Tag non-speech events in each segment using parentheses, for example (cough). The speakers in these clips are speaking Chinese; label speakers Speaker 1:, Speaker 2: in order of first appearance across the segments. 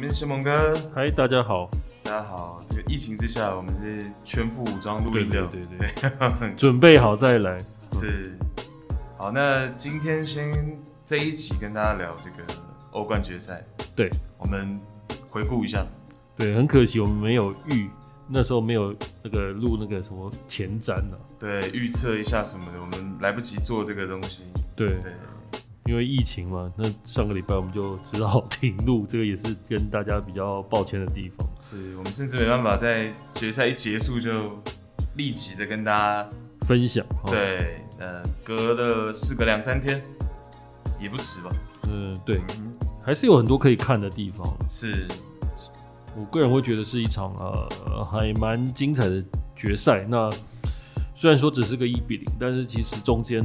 Speaker 1: 边是蒙哥，
Speaker 2: 嗨，大家好。
Speaker 1: 大家好。这个疫情之下，我们是全副武装录
Speaker 2: 对
Speaker 1: 音
Speaker 2: 对
Speaker 1: 的，
Speaker 2: 对对，准备好再来。
Speaker 1: 是。好，那今天先这一集跟大家聊这个欧冠决赛，
Speaker 2: 对
Speaker 1: 我们回顾一下。
Speaker 2: 对，很可惜我们没有预，那时候没有那个录那个什么前瞻啊呢、
Speaker 1: 对，预测一下什么的，我们来不及做这个东西。
Speaker 2: 对，
Speaker 1: 对，
Speaker 2: 因为疫情嘛，那上个礼拜我们就只好停录，这个也是跟大家比较抱歉的地方。
Speaker 1: 是我们甚至没办法在决赛一结束就立即的跟大家
Speaker 2: 分享，哦，
Speaker 1: 对，呃，隔了是隔两三天，也不迟吧。
Speaker 2: 嗯、对，
Speaker 1: 嗯，
Speaker 2: 还是有很多可以看的地方。
Speaker 1: 是，
Speaker 2: 我个人会觉得是一场呃还蛮精彩的决赛。那虽然说只是个一比零，但是其实中间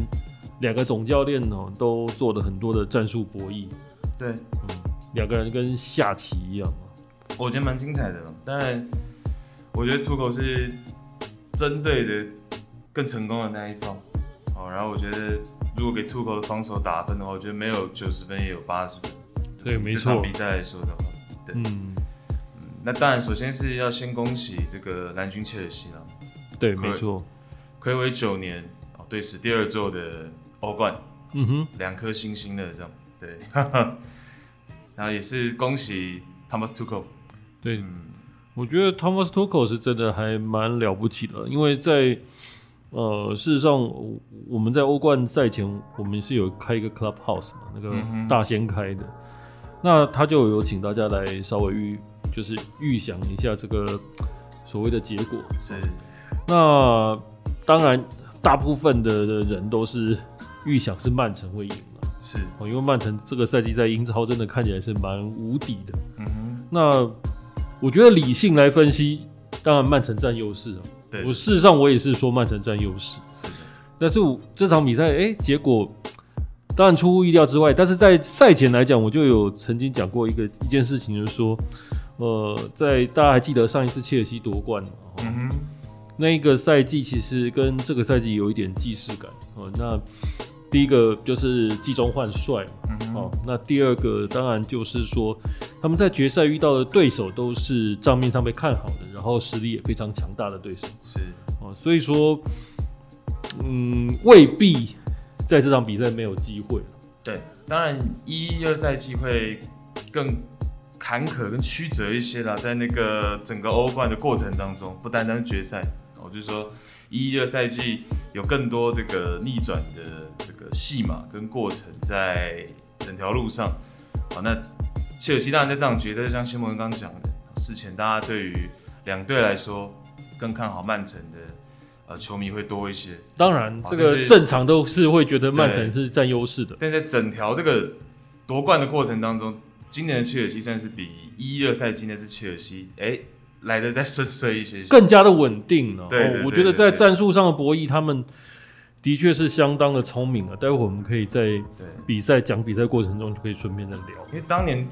Speaker 2: 两个总教练呢、都做了很多的战术博弈，嗯
Speaker 1: 对，
Speaker 2: 两个人跟下棋一样啊嘛。
Speaker 1: 我觉得蛮精彩的。当然，我觉得土狗是针对的更成功的那一方。哦，然后我觉得如果给土狗的防守打分的话，我觉得没有九十分也有八十分。
Speaker 2: 对没
Speaker 1: 这场
Speaker 2: 错
Speaker 1: 比赛来说的话，对
Speaker 2: 嗯，
Speaker 1: 那当然首先是要先恭喜这个蓝军切尔西了，对
Speaker 2: 对，没错。
Speaker 1: 暌违九年哦，对此第二座的欧冠。
Speaker 2: 嗯哼，
Speaker 1: 两颗星星的这样，对， (laughs) 然后也是恭喜 Thomas Tuchel，
Speaker 2: 对，
Speaker 1: 嗯，
Speaker 2: 我觉得 Thomas Tuchel 是真的还蛮了不起的，因为在呃，事实上，我我们在欧冠赛前，我们是有开一个 Clubhouse 嘛，那个
Speaker 1: 嗯哼
Speaker 2: 大仙开的，那他就有请大家来稍微预，就是预想一下这个所谓的结果。
Speaker 1: 是
Speaker 2: 那当然，大部分的的人都是预想是曼城会赢了，
Speaker 1: 是，
Speaker 2: 哦，因为曼城这个赛季在英超真的看起来是蛮无敌的。
Speaker 1: 嗯哼，
Speaker 2: 那我觉得理性来分析，当然曼城占优势啊。
Speaker 1: 对，
Speaker 2: 我事实上我也是说曼城占优势，
Speaker 1: 是的，
Speaker 2: 但是我这场比赛，哎、结果当然出乎意料之外。但是在赛前来讲，我就有曾经讲过一个一件事情，就是说，呃，在大家还记得上一次切尔西夺冠嘛？哦
Speaker 1: 嗯哼，
Speaker 2: 那一个赛季其实跟这个赛季有一点既视感哦。那第一个就是季中换帅嘛，
Speaker 1: 嗯哼，
Speaker 2: 哦，那第二个当然就是说，他们在决赛遇到的对手都是账面上被看好的，然后实力也非常强大的对手
Speaker 1: 是，
Speaker 2: 哦，所以说，嗯，未必在这场比赛没有机会了
Speaker 1: 对，当然一二赛季会更坎坷跟曲折一些啦，在那个整个欧冠的过程当中，不单单是决赛，我就是说一二赛季有更多这个逆转的这个戏码跟过程在整条路上。好，那切尔西当然在这场决赛，就像谢梦刚刚讲的，事前大家对于两队来说更看好曼城的呃球迷会多一些，
Speaker 2: 当然，
Speaker 1: 哦但
Speaker 2: 这个
Speaker 1: 是
Speaker 2: 正常都是会觉得曼
Speaker 1: 对
Speaker 2: 城是占优势的。
Speaker 1: 但在整条这个夺冠的过程当中，今年的切尔西算是比一二赛季那支切尔西，哎、来的再顺遂一些些。
Speaker 2: 更加的稳定了。
Speaker 1: 对对
Speaker 2: 哦，我
Speaker 1: 对
Speaker 2: 觉得
Speaker 1: 对
Speaker 2: 在
Speaker 1: 对
Speaker 2: 战术上的博弈，他们的确是相当的聪明啊了。待会我们可以在
Speaker 1: 对，
Speaker 2: 比赛讲比赛过程中就可以顺便再聊。
Speaker 1: 因为当年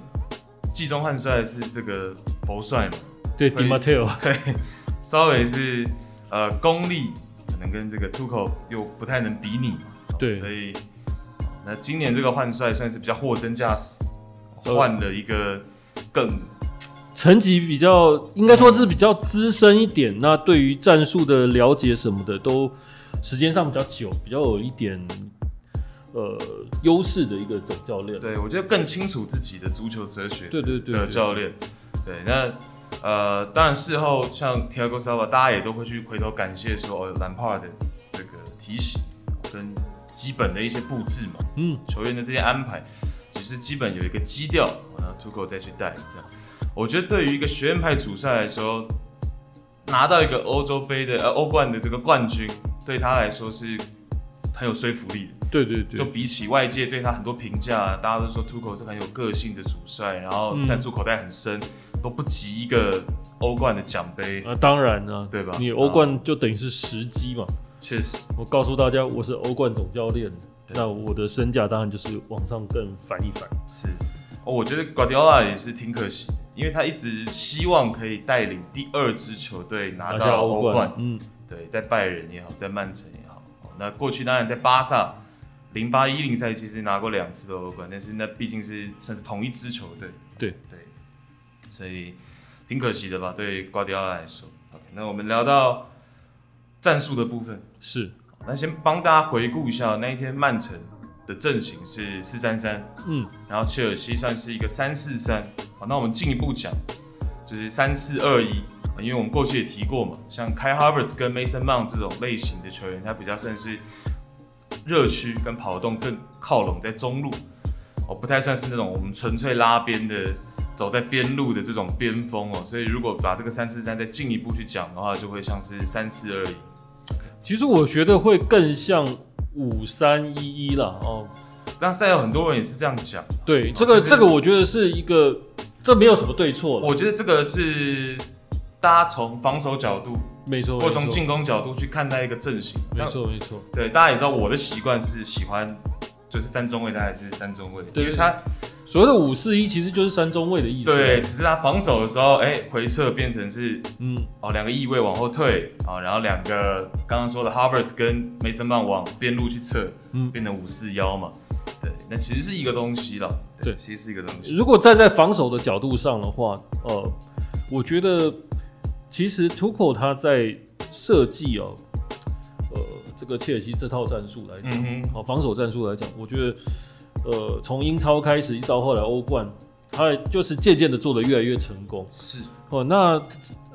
Speaker 1: 季中换帅是这个佛帅嘛， (laughs)
Speaker 2: 对 d
Speaker 1: 会
Speaker 2: i m a t e o
Speaker 1: 对，稍微是呃功力可能跟这个 Tuco 又不太能比拟嘛，哦
Speaker 2: 对
Speaker 1: 所以哦那今年这个换帅算是比较货真价实，
Speaker 2: 呃
Speaker 1: 换了一个更
Speaker 2: 层级比较，应该说是比较资深一点。那对于战术的了解什么的，都时间上比较久，比较有一点呃优势的一个总教练。
Speaker 1: 对我觉得更清楚自己的足球哲学。
Speaker 2: 对对对
Speaker 1: 的
Speaker 2: 对，
Speaker 1: 教练。对，那呃，当然事后像 Thiago Silva，大家也都会去回头感谢说哦，兰帕的这个提醒跟基本的一些布置嘛，
Speaker 2: 嗯，
Speaker 1: 球员的这些安排，只是基本有一个基调，然后 Tuco 再去带这样。我觉得对于一个学院派主帅来说，拿到一个欧洲杯的呃欧冠的这个冠军，对他来说是很有说服力的。
Speaker 2: 对对
Speaker 1: 就
Speaker 2: 对，
Speaker 1: 比起外界对他很多评价，大家都说 Tuco 是很有个性的主帅，然后
Speaker 2: 嗯
Speaker 1: 赞助口袋很深，都不及一个欧冠的奖杯，
Speaker 2: 啊，当然啊，
Speaker 1: 对吧？
Speaker 2: 你欧冠就等于是时机嘛。
Speaker 1: 啊确实
Speaker 2: 我告诉大家，我是欧冠总教练，
Speaker 1: 对
Speaker 2: 那我的身价当然就是往上更翻一翻。
Speaker 1: 是。哦，我觉得 Guardiola 也是挺可惜，因为他一直希望可以带领第二支球队拿
Speaker 2: 下
Speaker 1: 到欧冠，
Speaker 2: 嗯，
Speaker 1: 对，在拜仁也好，在曼城也好。哦那过去当然在巴萨零八一零赛季是拿过两次的欧冠，但是那毕竟是算是同一支球队。
Speaker 2: 对
Speaker 1: 对，所以挺可惜的吧，对瓜迪奥拉来说。OK，那我们聊到战术的部分，
Speaker 2: 是，
Speaker 1: 那先帮大家回顾一下那一天曼城的阵型是四三三，
Speaker 2: 嗯，
Speaker 1: 然后切尔西算是一个三四三。好，那我们进一步讲，就是三四二一，因为我们过去也提过嘛，像 Kai Havertz 跟 Mason Mount 这种类型的球员，他比较算是热区跟跑动更靠拢在中路，哦，不太算是那种我们纯粹拉边的。走在边路的这种边锋哦，所以如果把这个三四三再进一步去讲的话，就会像是三四二一。
Speaker 2: 其实我觉得会更像五三一一啦，哦，
Speaker 1: 但赛后很多人也是这样讲，
Speaker 2: 对，
Speaker 1: 哦
Speaker 2: 这个、
Speaker 1: 就是
Speaker 2: 这个我觉得是一个，这没有什么对错了，
Speaker 1: 我觉得这个是大家从防守角度
Speaker 2: 没错，
Speaker 1: 或从
Speaker 2: 没错
Speaker 1: 进攻角度去看待一个阵型。
Speaker 2: 没
Speaker 1: 那
Speaker 2: 错没错，
Speaker 1: 对，大家也知道我的习惯是喜欢就是三中卫，他还是三中卫，
Speaker 2: 对
Speaker 1: 因为他
Speaker 2: 所谓的五四一其实就是三中卫的意思，啊
Speaker 1: 对，，只是他防守的时候，哎、回撤变成是
Speaker 2: 嗯，
Speaker 1: 哦两个翼位往后退啊、哦，然后两个刚刚说的 Harvard 跟 Mason m o u n 往边路去撤，
Speaker 2: 嗯
Speaker 1: 变成五四幺嘛。对，那其实是一个东西了。
Speaker 2: 对
Speaker 1: 其实是一个东西。
Speaker 2: 如果站在防守的角度上的话，呃，我觉得其实 Tuchel 他在设计哦，呃，这个切尔西这套战术来
Speaker 1: 嗯
Speaker 2: 讲，
Speaker 1: 哼，
Speaker 2: 好、防守战术来讲，我觉得，呃，从英超开始一直到后来欧冠，他就是渐渐的做的越来越成功。
Speaker 1: 是，
Speaker 2: 哦，那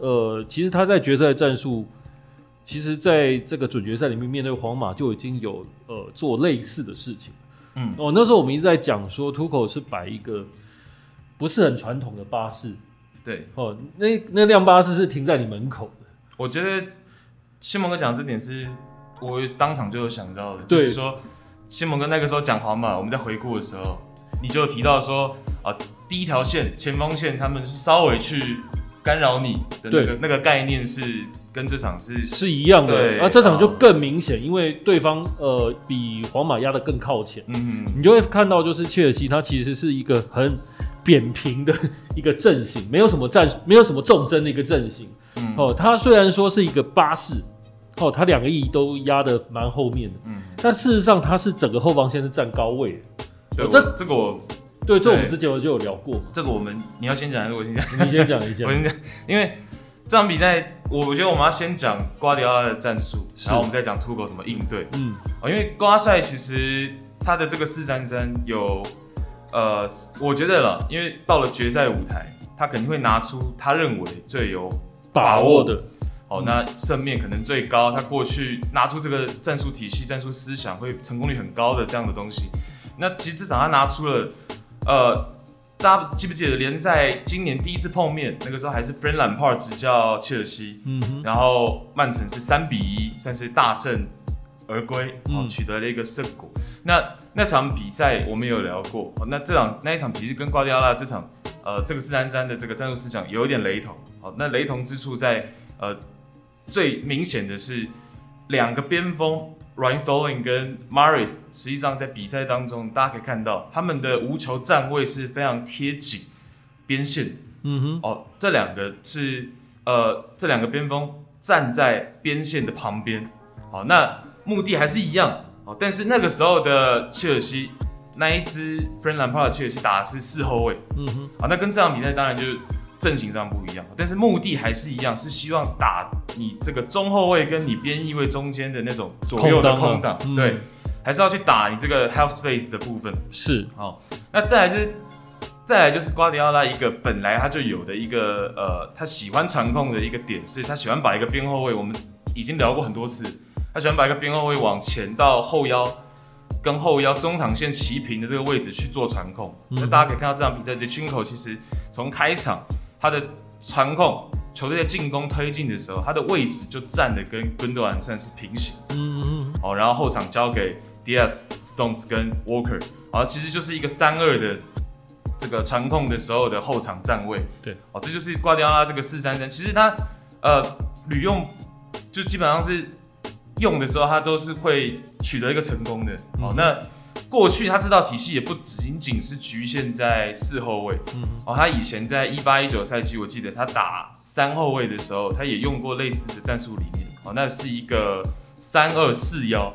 Speaker 2: 呃，其实他在决赛战术，其实在这个准决赛里面面对皇马就已经有呃做类似的事情。
Speaker 1: 嗯
Speaker 2: 哦，那时候我们一直在讲说，t u 土 o 是摆一个不是很传统的巴士，
Speaker 1: 对。
Speaker 2: 哦，那那辆巴士是停在你门口的，
Speaker 1: 我觉得西蒙哥讲这点是我当场就有想到的，就
Speaker 2: 对
Speaker 1: 是说西蒙哥那个时候讲皇马，我们在回顾的时候，你就有提到说啊，第一条线前锋线他们是稍微去干扰你的那个那个概念是跟这场是
Speaker 2: 是一样的。
Speaker 1: 对
Speaker 2: 啊，这场就
Speaker 1: 嗯
Speaker 2: 更明显，因为对方呃比皇马压得更靠前。
Speaker 1: 嗯
Speaker 2: 你就会看到，就是切尔西，它其实是一个很扁平的一个阵型，没有什么战，没有什么纵深的一个阵型。
Speaker 1: 嗯
Speaker 2: 哦，它虽然说是一个巴士，哦，它两个翼都压得蛮后面的，
Speaker 1: 嗯，
Speaker 2: 但事实上它是整个后防线是占高位的。
Speaker 1: 对
Speaker 2: 我哦这
Speaker 1: 我这个我
Speaker 2: 对，这
Speaker 1: 对
Speaker 2: 我们之前我就有聊过嘛，
Speaker 1: 这个我们你要先讲还是我先讲？
Speaker 2: 你先讲一下
Speaker 1: 我。先讲， (laughs) 因为这场比赛我觉得我们要先讲瓜迪奥拉的战术，
Speaker 2: 是
Speaker 1: 然后我们再讲兔狗怎么应对。
Speaker 2: 嗯，
Speaker 1: 哦，因为瓜帅其实他的这个四三三有，呃，我觉得了，因为到了决赛舞台，他肯定会拿出他认为最有
Speaker 2: 把
Speaker 1: 把
Speaker 2: 握
Speaker 1: 握
Speaker 2: 的，
Speaker 1: 哦
Speaker 2: 嗯，
Speaker 1: 那胜面可能最高，他过去拿出这个战术体系、战术思想会成功率很高的这样的东西。那其实这场他拿出了，呃，大家记不记得联赛今年第一次碰面，那个时候还是 f r i e n d Lampard 执教切尔西，
Speaker 2: 嗯哼，
Speaker 1: 然后曼城是三比一，算是大胜而归，
Speaker 2: 嗯
Speaker 1: 哦，取得了一个胜果。那那场比赛我们有聊过，哦、那这场那一场其实跟瓜迪奥拉这场，呃，这个四三三的这个战术思想有一点雷同。好、那雷同之处在，呃，最明显的是两个边锋 Ryan Stolling 跟 Maris，实际上在比赛当中，大家可以看到他们的无球站位是非常贴紧边线的
Speaker 2: 嗯哼，
Speaker 1: 哦，这两个是呃，这两个边锋站在边线的旁边。好、那目的还是一样。哦，但是那个时候的切尔西那一支 f r i e n d Lampard 的切尔西打的是四后卫。
Speaker 2: 嗯哼，
Speaker 1: 啊，那跟这场比赛当然就是阵型上不一样，但是目的还是一样，是希望打你这个中后卫跟你边翼位中间的那种左右的
Speaker 2: 空
Speaker 1: 空
Speaker 2: 档啊
Speaker 1: 档，
Speaker 2: 嗯
Speaker 1: 对，还是要去打你这个 half space 的部分。
Speaker 2: 是，
Speaker 1: 那再来就是，再来就是瓜迪奥拉一个本来他就有的一个呃，他喜欢传控的一个点是，他喜欢把一个边后卫，我们已经聊过很多次，他喜欢把一个边后卫往前到后腰跟后腰中场线齐平的这个位置去做传控。
Speaker 2: 嗯
Speaker 1: 那、大家可以看到这场比赛 r 青口其实从开场他的传控。球队在进攻推进的时候，他的位置就站的跟温多兰算是平行。
Speaker 2: 嗯哼，
Speaker 1: 哦，然后后场交给 Diaz、Stones 跟 Walker，啊，其实就是一个三二的这个传控的时候的后场站位。
Speaker 2: 对，
Speaker 1: 哦，这就是瓜迪奥拉这个四三三，其实他呃屡用，就基本上是用的时候，他都是会取得一个成功的。哦，那过去他这套体系也不仅仅是局限在四后卫，
Speaker 2: 嗯哼，
Speaker 1: 哦，他以前在一八一九赛季，我记得他打三后卫的时候，他也用过类似的战术理念。哦，那是一个三二四幺，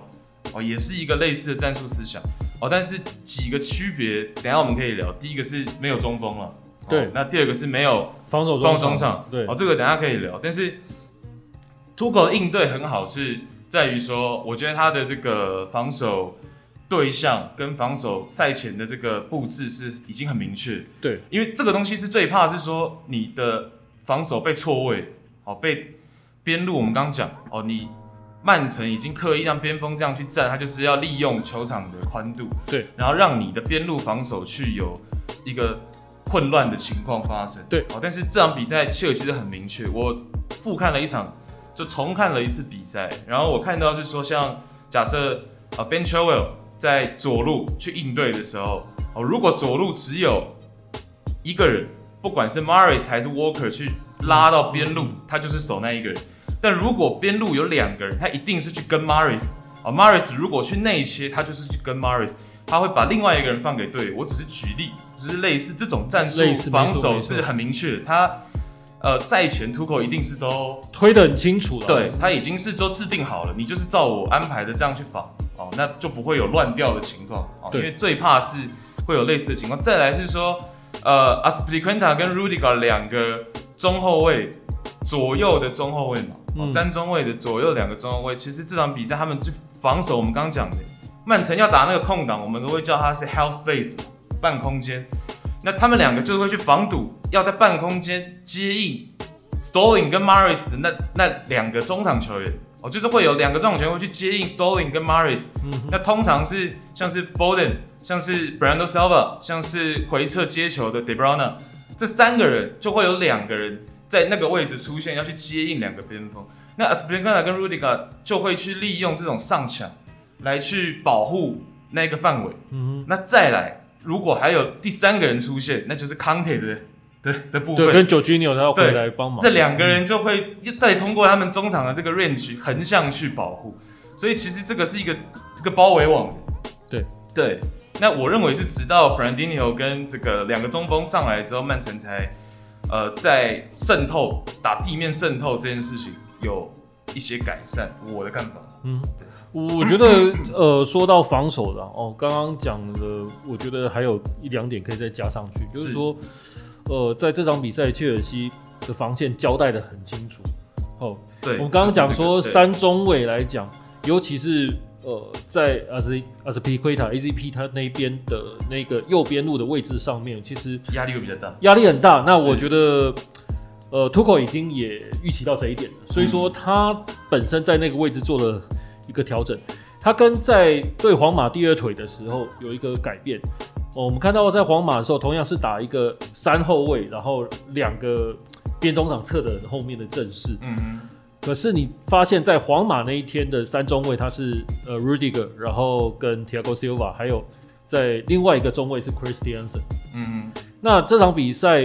Speaker 1: 哦，也是一个类似的战术思想。哦，但是几个区别，等一下我们可以聊。第一个是没有中锋了，
Speaker 2: 对
Speaker 1: 哦那第二个是没有
Speaker 2: 防守
Speaker 1: 放中场，
Speaker 2: 对
Speaker 1: 哦，这个等一下可以聊。但是土口的应对很好，是在于说，我觉得他的这个防守对象跟防守赛前的这个布置是已经很明确，
Speaker 2: 对
Speaker 1: 因为这个东西是最怕是说你的防守被错位，哦，被边路我们刚刚讲哦，你曼城已经刻意让边锋这样去站，他就是要利用球场的宽度，
Speaker 2: 对，
Speaker 1: 然后让你的边路防守去有一个混乱的情况发生，
Speaker 2: 对，
Speaker 1: 哦，但是这场比赛切尔西是很明确，我复看了一场，就重看了一次比赛，然后我看到是说像假设啊 Ben Chilwell 在左路去应对的时候，哦，如果左路只有一个人，不管是 Maris 还是 Walker 去拉到边路，他就是守那一个人。但如果边路有两个人，他一定是去跟 Maris 啊、m a r i s 如果去内切，他就是去跟 Maris，他会把另外一个人放给队友。我只是举例，就是类似这种战术
Speaker 2: 类似没错
Speaker 1: 防守
Speaker 2: 没错
Speaker 1: 是很明确的。他呃赛前 t u c o 一定是都
Speaker 2: 推得很清楚了。
Speaker 1: 对他已经是都制定好了，你就是照我安排的这样去仿哦，那就不会有乱掉的情况哦。因
Speaker 2: 对
Speaker 1: 为最怕是会有类似的情况。再来是说，呃 a s p l i q u e n t a 跟 Rudiger 两个中后卫左右的中后卫嘛、哦
Speaker 2: 嗯
Speaker 1: 三中卫的左右两个中后卫，其实这场比赛他们去防守，我们刚刚讲的，曼城要打那个空档，我们都会叫它是 hell space 嘛半空间。那他们两个就会去防堵，要在半空间接应 Sterling 跟 Maris 的那那两个中场球员，哦，就是会有两个中场球员会去接应 Sterling 跟 Maris，、
Speaker 2: 嗯
Speaker 1: 那通常是像是 Foden、像是 Brando Silva、像是回撤接球的 De Bruyne，这三个人就会有两个人在那个位置出现，要去接应两个边锋。那 a s p r i n g a 跟 Rudiger 就会去利用这种上抢来去保护那个范围。
Speaker 2: 嗯
Speaker 1: 那再来，如果还有第三个人出现，那就是 Conte 的的的部
Speaker 2: 哼，
Speaker 1: 分
Speaker 2: 对，。跟九 g 纽他要回
Speaker 1: 对
Speaker 2: 来帮忙。
Speaker 1: 这两个人就会再通过他们中场的这个 range 横向去保护，所以其实这个是一个一个包围网。
Speaker 2: 对
Speaker 1: 对，那我认为是直到 Fernandinho 跟这个两个中锋上来之后，曼城才呃在渗透打地面渗透这件事情有一些改善，我的看法。
Speaker 2: 嗯，我觉
Speaker 1: (coughs)
Speaker 2: 得呃，说到防守的啊哦，刚刚讲的，我觉得还有一两点可以再加上去，就是
Speaker 1: 是
Speaker 2: 说，呃，在这场比赛，切尔西的防线交代的很清楚。哦，
Speaker 1: 对，
Speaker 2: 我们刚刚讲说
Speaker 1: 就是这个
Speaker 2: 三中卫来讲，尤其是呃，在阿斯阿斯皮奎塔 AZP 他那边的那个右边路的位置上面，其实
Speaker 1: 对压力会比较大。
Speaker 2: 压力很大。那我
Speaker 1: 是
Speaker 2: 觉得，呃，Tuco 已经也预期到这一点了，所以说他本身在那个位置做了一个调整。他跟在对皇马第二腿的时候有一个改变。哦，我们看到在皇马的时候，同样是打一个三后卫，然后两个边中场侧的后面的阵势。
Speaker 1: 嗯哼，
Speaker 2: 可是你发现，在皇马那一天的三中卫，他是呃 Rudiger，然后跟 Thiago Silva，还有在另外一个中卫是 Christiansen。
Speaker 1: 嗯
Speaker 2: 那这场比赛，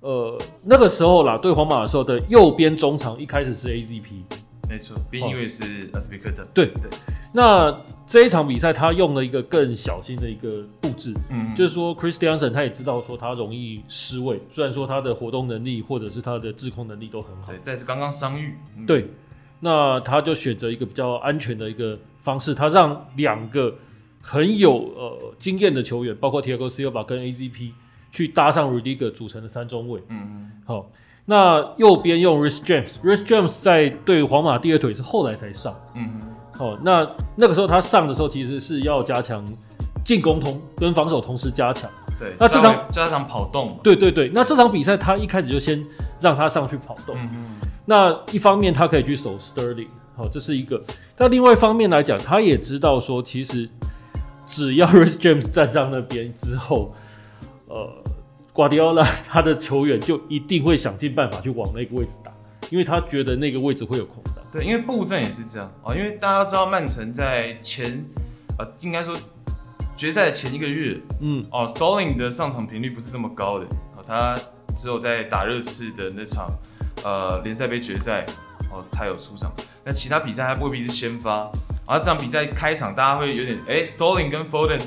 Speaker 2: 呃，那个时候啦，对皇马的时候的右边中场一开始是 AZP，
Speaker 1: 哼，没错，边翼位是 a s p i c u e t a
Speaker 2: 对
Speaker 1: 对，
Speaker 2: 那这一场比赛他用了一个更小心的一个布置，
Speaker 1: 嗯哼，
Speaker 2: 就是是说 Christiansen 他也知道说他容易失位，虽然说他的活动能力或者是他的制控能力都很好
Speaker 1: 对，，再是刚刚伤愈。嗯，
Speaker 2: 对，那他就选择一个比较安全的一个方式，他让两个很有呃经验的球员，包括 Thiago Silva 跟 AZP 去搭上 Rudiger 组成的三中卫。
Speaker 1: 嗯
Speaker 2: 好，那右边用 Rich James，Rich James 在对皇马第二腿是后来才上。
Speaker 1: 哼，嗯哼，
Speaker 2: 好，那那个时候他上的时候其实是要加强进攻同跟防守同时加强。
Speaker 1: 对。
Speaker 2: 那这
Speaker 1: 加
Speaker 2: 场
Speaker 1: 上加上跑动嘛，
Speaker 2: 对对对，那这场比赛他一开始就先让他上去跑动。
Speaker 1: 嗯
Speaker 2: 那一方面他可以去守 Sterling，好，这是一个。那另外一方面来讲，他也知道说，其实只要 (laughs) Rich James 站上那边之后，呃，瓜迪奥拉他的球员就一定会想尽办法去往那个位置打，因为他觉得那个位置会有空档。
Speaker 1: 对，因为布阵也是这样哦，因为大家知道曼城在前，呃，应该说决赛的前一个月
Speaker 2: 嗯，
Speaker 1: 哦，Stalling 的上场频率不是这么高的哦，他只有在打热刺的那场呃联赛杯决赛哦，他有出场，那其他比赛他未必是先发，然后这场比赛开场大家会有点哎，Stalling 跟 Foden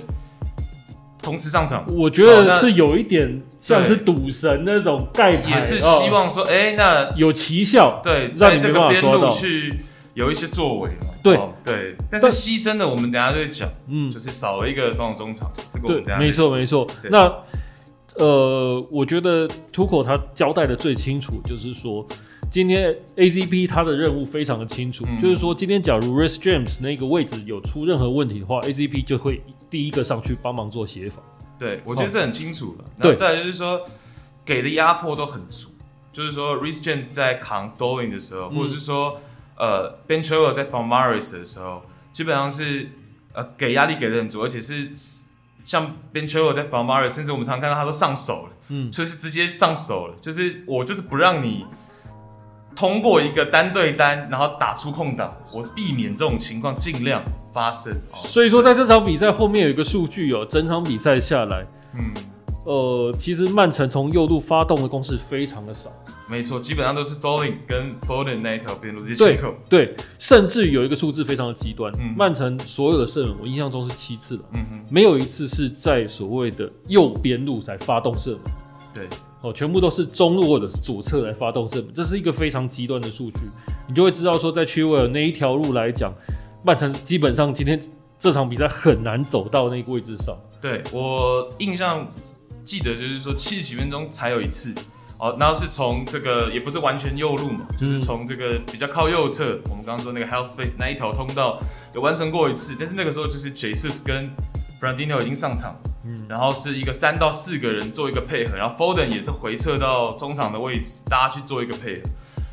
Speaker 1: 同时上场，
Speaker 2: 我觉
Speaker 1: 好
Speaker 2: 得
Speaker 1: 那
Speaker 2: 是有一点像是赌神那种盖牌，
Speaker 1: 也是希
Speaker 2: 哦
Speaker 1: 望说哎、那
Speaker 2: 有奇效。
Speaker 1: 对，
Speaker 2: 让
Speaker 1: 在
Speaker 2: 你
Speaker 1: 这
Speaker 2: 没
Speaker 1: 个
Speaker 2: 办法
Speaker 1: 边
Speaker 2: 抓
Speaker 1: 路
Speaker 2: 到
Speaker 1: 去有一些作为嘛，
Speaker 2: 对
Speaker 1: 哦对，但是
Speaker 2: 但
Speaker 1: 牺牲的我们等一下就会讲。
Speaker 2: 嗯
Speaker 1: 就，是少了一个防守中场，这个我
Speaker 2: 对
Speaker 1: 们等一，下
Speaker 2: 没
Speaker 1: 再
Speaker 2: 错没错。
Speaker 1: 对
Speaker 2: 那呃，我觉得突口他交代的最清楚，就是说今天 ACP 他的任务非常的清楚，
Speaker 1: 嗯
Speaker 2: 就是说今天假如 Rest James 那个位置有出任何问题的话，ACP 就会第一个上去帮忙做协防。
Speaker 1: 对，我觉得是很清楚的。
Speaker 2: 嗯对
Speaker 1: 那再来就是说，给的压迫都很足，就是说 r e c e James 在扛 Stalling 的时候，
Speaker 2: 嗯
Speaker 1: 或者是说呃 Ben c h e l 在防 Morris 的时候，基本上是呃给压力给的很足，而且是像 Ben c h e l 在防 Morris，甚至我们常常看到他都上手了，
Speaker 2: 嗯
Speaker 1: 就是直接上手了，就是我就是不让你。通过一个单对单，然后打出空档，我避免这种情况尽量发生。哦
Speaker 2: 所以说，在这场比赛后面有一个数据哦，整场比赛下来，
Speaker 1: 嗯，
Speaker 2: 呃，其实曼城从右路发动的攻势非常的少，
Speaker 1: 没错，基本上都是 Stalling 跟 Foden 那一条边路直接
Speaker 2: 对
Speaker 1: 切口。
Speaker 2: 对，甚至有一个数字非常的极端，
Speaker 1: 嗯
Speaker 2: 曼城所有的射门，我印象中是七次了，
Speaker 1: 嗯哼，
Speaker 2: 没有一次是在所谓的右边路来发动射门，
Speaker 1: 对，
Speaker 2: 哦，全部都是中路或者是左侧来发动射门，这是一个非常极端的数据，你就会知道说，在区威尔那一条路来讲，曼城基本上今天这场比赛很难走到那个位置上，
Speaker 1: 对我印象记得就是说七十几分钟才有一次。哦，然后是从这个也不是完全右路嘛，就是从这个比较靠右侧，我们刚刚说那个 health space 那一条通道有完成过一次，但是那个时候就是 Jesus 跟 Brandino 已经上场，
Speaker 2: 嗯
Speaker 1: 嗯，然后是一个三到四个人做一个配合，然后 Foden 也是回撤到中场的位置，大家去做一个配合，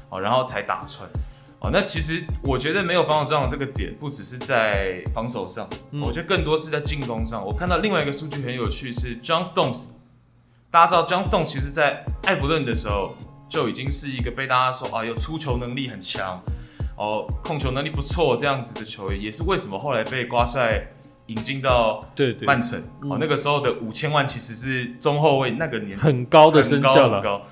Speaker 1: 哦，然后才打穿。哦，那其实我觉得没有防守中场这个点，不只是在防守上，
Speaker 2: 嗯
Speaker 1: 我觉得更多是在进攻上。我看到另外一个数据很有趣是 John Stones，大家知道 John Stones 其实在埃弗顿的时候就已经是一个被大家说啊有出球能力很强，哦控球能力不错这样子的球员，也是为什么后来被瓜帅引进到
Speaker 2: 对对，
Speaker 1: 曼城。
Speaker 2: 嗯
Speaker 1: 哦，那个时候的五千万其实是中后卫那个年代
Speaker 2: 很高的身
Speaker 1: 很高
Speaker 2: 价
Speaker 1: 很
Speaker 2: 了，
Speaker 1: 高。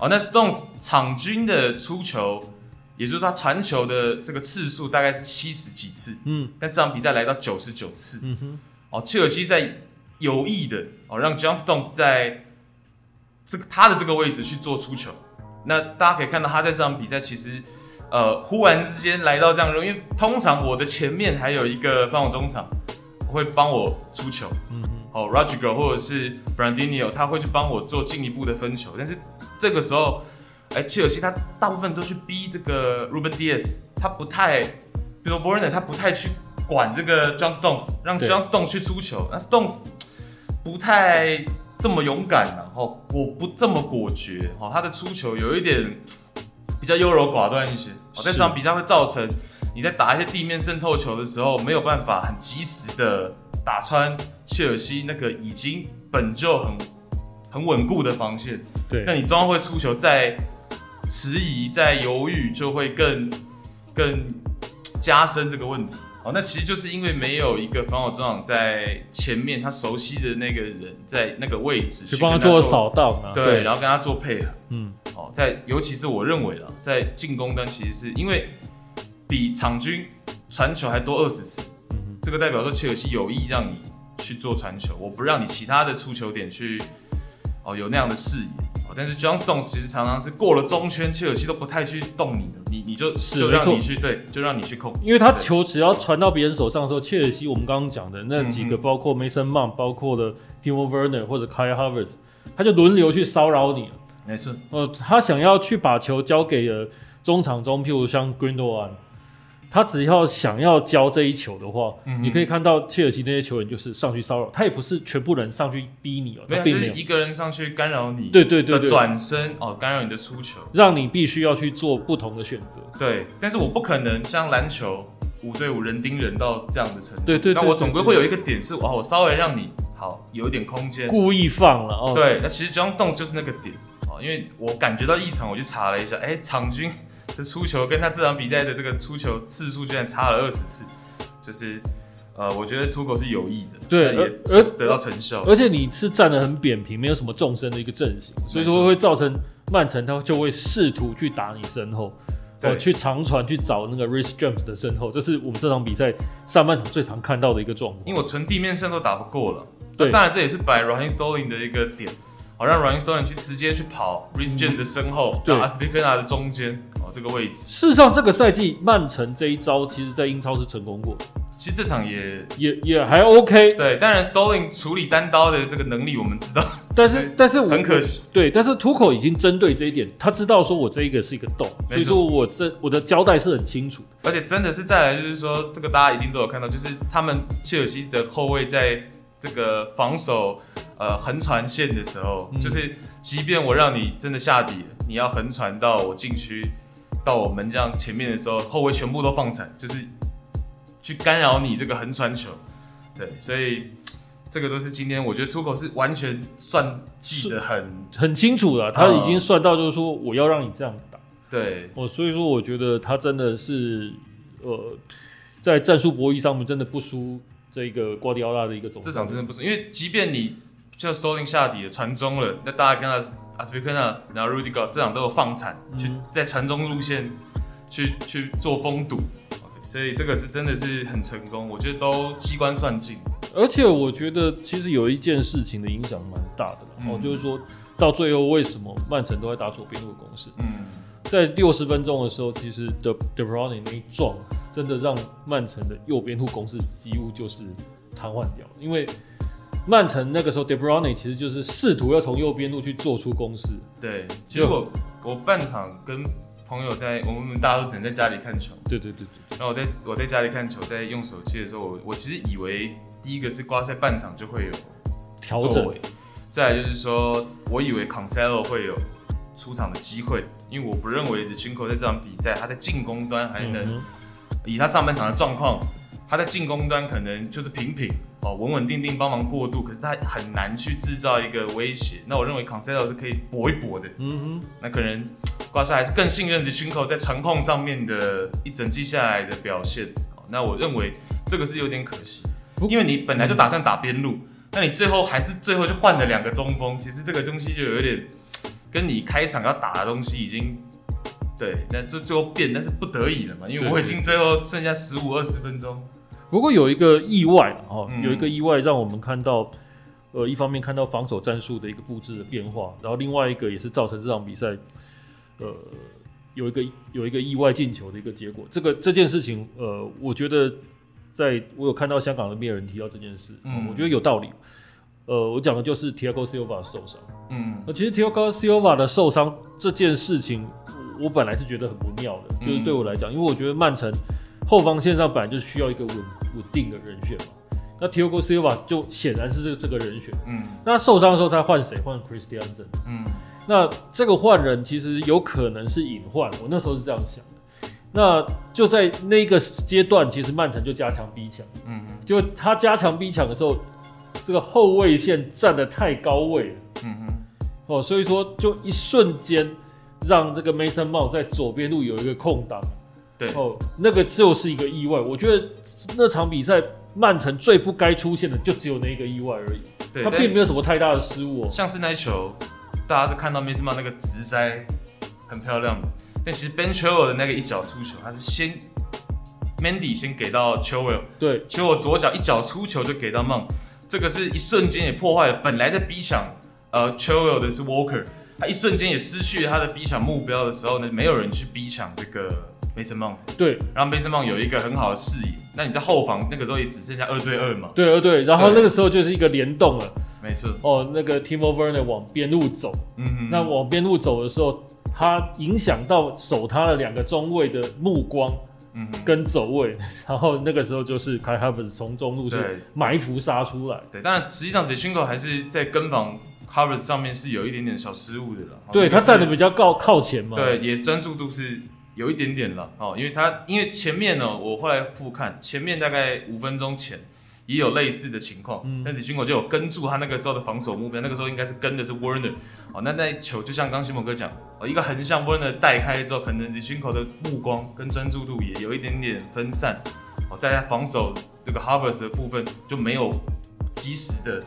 Speaker 1: 哦，那 Stones 场均的出球，也就是他传球的这个次数大概是七十几次，
Speaker 2: 嗯
Speaker 1: 但这场比赛来到九十九次。
Speaker 2: 嗯哼。
Speaker 1: 哦，切尔西在有意的哦让 John Stones 在这个他的这个位置去做出球。那大家可以看到他在这场比赛其实呃忽然之间来到这样的，因为通常我的前面还有一个防守中场会帮我出球，
Speaker 2: 嗯哼，
Speaker 1: 哦 r o d r i g o 或者是 Brandinho，他会去帮我做进一步的分球，但是这个时候，哎，切尔西他大部分都去逼这个 Ruben Diaz，他不太，比如 Werner，他不太去管这个 John Stones，让
Speaker 2: 对
Speaker 1: John Stones 去出球，那 Stones 不太这么勇敢然、后我不这么果决，哦，他的出球有一点比较优柔寡断一些，哦，在
Speaker 2: 是
Speaker 1: 这场比赛会造成你在打一些地面渗透球的时候没有办法很及时的打穿切尔西那个已经本就很很稳固的防线，
Speaker 2: 对，
Speaker 1: 那你中央会出球，再迟疑、再犹豫，就会更更加深这个问题。哦，那其实就是因为没有一个防守中场在前面，他熟悉的那个人在那个位置
Speaker 2: 去帮他
Speaker 1: 跟
Speaker 2: 做扫荡啊，
Speaker 1: 对，然后跟他做配合。
Speaker 2: 嗯，
Speaker 1: 哦，在尤其是我认为了，在进攻端其实是因为比场均传球还多二十次，
Speaker 2: 嗯
Speaker 1: 这个代表说切尔西有意让你去做传球，我不让你其他的出球点去哦有那样的视野。哦但是 John Stones 其实常常是过了中圈，切尔西都不太去动你了，你你就是就
Speaker 2: 没
Speaker 1: 让
Speaker 2: 错
Speaker 1: 你去对，就让你去控。
Speaker 2: 因为他球只要传到别人手上的时候，切尔西我们刚刚讲的那几个，
Speaker 1: 嗯
Speaker 2: 包括 Mason Mount，包括了 Timo Werner 或者 Kai Havertz，他就轮流去骚扰你。
Speaker 1: 没错，
Speaker 2: 呃，他想要去把球交给了中场中，譬如像 Grindoan，他只要想要交这一球的话，
Speaker 1: 嗯哼
Speaker 2: 你可以看到切尔西那些球员就是上去骚扰，他也不是全部人上去逼你哦，
Speaker 1: 没
Speaker 2: 他
Speaker 1: 有
Speaker 2: 并
Speaker 1: 就
Speaker 2: 没
Speaker 1: 是
Speaker 2: 有
Speaker 1: 一个人上去干扰你，
Speaker 2: 对对对
Speaker 1: 的
Speaker 2: 对
Speaker 1: 转身哦，干扰你的出球。
Speaker 2: 让你必须要去做不同的选择。
Speaker 1: 对，但是我不可能像篮球五对五人盯人到这样的程度。
Speaker 2: 对对对
Speaker 1: 那我总归
Speaker 2: 对对
Speaker 1: 会有一个点是，哇，我稍微让你好有一点空间。
Speaker 2: 故意放了哦，
Speaker 1: 对，那其实 John Stones 就是那个点哦，因为我感觉到异常，我去查了一下，哎，场均的出球跟他这场比赛的这个出球次数居然差了二十次，就是呃，我觉得土狗是有意的，
Speaker 2: 对
Speaker 1: 但也
Speaker 2: 而而
Speaker 1: 得到成效。
Speaker 2: 而且你是站得很扁平，没有什么纵深的一个阵型，所以说会造成曼城他就会试图去打你身后，
Speaker 1: 对
Speaker 2: 哦，去长传去找那个 r i c h James 的身后，这是我们这场比赛上半场最常看到的一个状况。
Speaker 1: 因为我纯地面上都打不过了。
Speaker 2: 对
Speaker 1: 那当然这也是摆 Ryan Sterling 的一个点，好、让 Ryan Sterling 去直接去跑 r i s j a n 的身后，
Speaker 2: 嗯对
Speaker 1: 让 a s p i c a n a 的中间哦这个位置，
Speaker 2: 事实上，这个赛季曼城这一招其实在英超是成功过，
Speaker 1: 其实这场也
Speaker 2: 也也还 OK，
Speaker 1: 对，当然 Stolling 处理单刀的这个能力我们知道
Speaker 2: 但是但是我
Speaker 1: 很可惜，
Speaker 2: 对，但是土口已经针对这一点，他知道说我这一个是一个洞，
Speaker 1: 没错
Speaker 2: 所以说我这我的交代是很清楚的。
Speaker 1: 而且真的是再来就是说，这个大家一定都有看到，就是他们切尔西的后卫在这个防守呃横传线的时候，
Speaker 2: 嗯
Speaker 1: 就是即便我让你真的下底了，你要横传到我禁区，到我门将前面的时候，后卫全部都放铲，就是去干扰你这个横传球。对，所以这个都是今天我觉得 t 口是完全算计的很
Speaker 2: 很清楚了，
Speaker 1: 嗯
Speaker 2: 他已经算到就是说我要让你这样打，
Speaker 1: 对，
Speaker 2: 哦，所以说我觉得他真的是呃，在战术博弈上面真的不输这个瓜迪奥拉的一个总
Speaker 1: 这
Speaker 2: 裁。
Speaker 1: 场真的不错，因为即便你就 Sterling 下底了，传中了，那大家跟他阿斯皮克纳，然后 Rudiger 这场都有放铲，
Speaker 2: 嗯
Speaker 1: 去在传中路线去去做封堵，OK，所以这个是真的是很成功，我觉得都机关算尽。
Speaker 2: 而且我觉得其实有一件事情的影响蛮大的啦，
Speaker 1: 嗯
Speaker 2: 哦，就是说到最后为什么曼城都在打左边路的攻势？
Speaker 1: 嗯，
Speaker 2: 在六十分钟的时候，其实 De De Bruyne 那一撞，真的让曼城的右边路攻势几乎就是瘫痪掉了，因为曼城那个时候 De Bruyne 其实就是试图要从右边路去做出攻势，
Speaker 1: 对，其实我我半场跟朋友在，我们大家都只能在家里看球，
Speaker 2: 对对对对，
Speaker 1: 然后我在我在家里看球，在用手机的时候，我我其实以为第一个是瓜帅半场就会有
Speaker 2: 调
Speaker 1: 作
Speaker 2: 整，
Speaker 1: 为。再来就是说，我以为 Cancelo 会有出场的机会，因为我不认为 Zinchenko 在这场比赛他在进攻端还能、
Speaker 2: 嗯
Speaker 1: 以他上半场的状况，他在进攻端可能就是平平哦，稳稳定定帮忙过渡，可是他很难去制造一个威胁。那我认为 Cancelo 是可以搏一搏的，
Speaker 2: 嗯哼，
Speaker 1: 那可能瓜帅还是更信任 Zinchenko 在传控上面的一整季下来的表现。哦那我认为这个是有点可惜
Speaker 2: 不，
Speaker 1: 因为你本来就打算打边路，那你最后还是最后就换了两个中锋，其实这个东西就有点跟你开场要打的东西已经对，那就最后变，但是不得已了嘛，因为
Speaker 2: 对
Speaker 1: 我已经最后剩下十五二十分钟，
Speaker 2: 不过有一个意外啦哦，
Speaker 1: 嗯
Speaker 2: 有一个意外让我们看到，呃，一方面看到防守战术的一个布置的变化，然后另外一个也是造成这场比赛，呃，有一个有一个意外进球的一个结果。这个这件事情，呃，我觉得在我有看到香港的面人提到这件事，
Speaker 1: 嗯
Speaker 2: 我觉得有道理。呃，我讲的就是 Tiago Silva 受伤。
Speaker 1: 嗯
Speaker 2: 呃，其实 Tiago Silva 的受伤这件事情，我我本来是觉得很不妙的，就是
Speaker 1: 嗯
Speaker 2: 对我来讲，因为我觉得曼城后防线上本来就需要一个稳稳定的人选嘛。那 Tiago Silva 就显然是这个这个人选。
Speaker 1: 嗯
Speaker 2: 那受伤的时候他换谁？换 Christiansen。
Speaker 1: 嗯
Speaker 2: 那这个换人其实有可能是隐患，我那时候是这样想的。那就在那个阶段，其实曼城就加强逼抢，
Speaker 1: 嗯
Speaker 2: 就他加强逼抢的时候，这个后卫线站得太高位了。
Speaker 1: 嗯嗯
Speaker 2: 哦，所以说就一瞬间让这个 Mason Mount 在左边路有一个空档，
Speaker 1: 对
Speaker 2: 哦，那个就是一个意外。我觉得那场比赛曼城最不该出现的就只有那一个意外而已，
Speaker 1: 哼，对，
Speaker 2: 他并
Speaker 1: 但
Speaker 2: 没有什么太大的失误、哦。
Speaker 1: 像是那一球，大家都看到 m i s m a 那个直塞很漂亮嘛，但其实 Ben Chilwell 的那个一脚出球，他是先 Mandy 先给到 Chilwell，Chilwell
Speaker 2: 对，
Speaker 1: 左脚一脚出球就给到 Mount，这个是一瞬间也破坏了本来在逼抢呃 Chilwell 的是 Walker，他一瞬间也失去了他的逼抢目标的时候呢，没有人去逼抢这个 Mason Mount，
Speaker 2: 对，
Speaker 1: 让 Mason Mount 有一个很好的视野。那你在后防那个时候也只剩下二对二嘛，
Speaker 2: 对，呃，对。然后
Speaker 1: 对
Speaker 2: 那个时候就是一个联动了，
Speaker 1: 没错，
Speaker 2: 哦，那个 Timo Werner 往边路走，
Speaker 1: 嗯哼，
Speaker 2: 那往边路走的时候，他影响到守他的两个中卫的目光
Speaker 1: 嗯哼，
Speaker 2: 跟走位，然后那个时候就是 Kai Havertz 从中路是
Speaker 1: 对。
Speaker 2: 埋伏杀出来。
Speaker 1: 对，但实际上 Zinchenko 还是在跟防 Harvard 上面是有一点点小失误的了。哦那
Speaker 2: 对他
Speaker 1: 个是
Speaker 2: 站的比较靠靠前嘛。
Speaker 1: 对，也专注度是有一点点了哦，因为他因为前面呢，我后来复看前面大概五分钟前也有类似的情况，
Speaker 2: 嗯
Speaker 1: 但 Zinchenko 就有跟住他那个时候的防守目标，那个时候应该是跟的是 Werner 哦，那那一球就像刚西蒙哥讲哦，一个横向 Werner 带开之后，可能 Zinchenko 的目光跟专注度也有一点点分散哦，在他防守这个 Harvard 的部分就没有及时的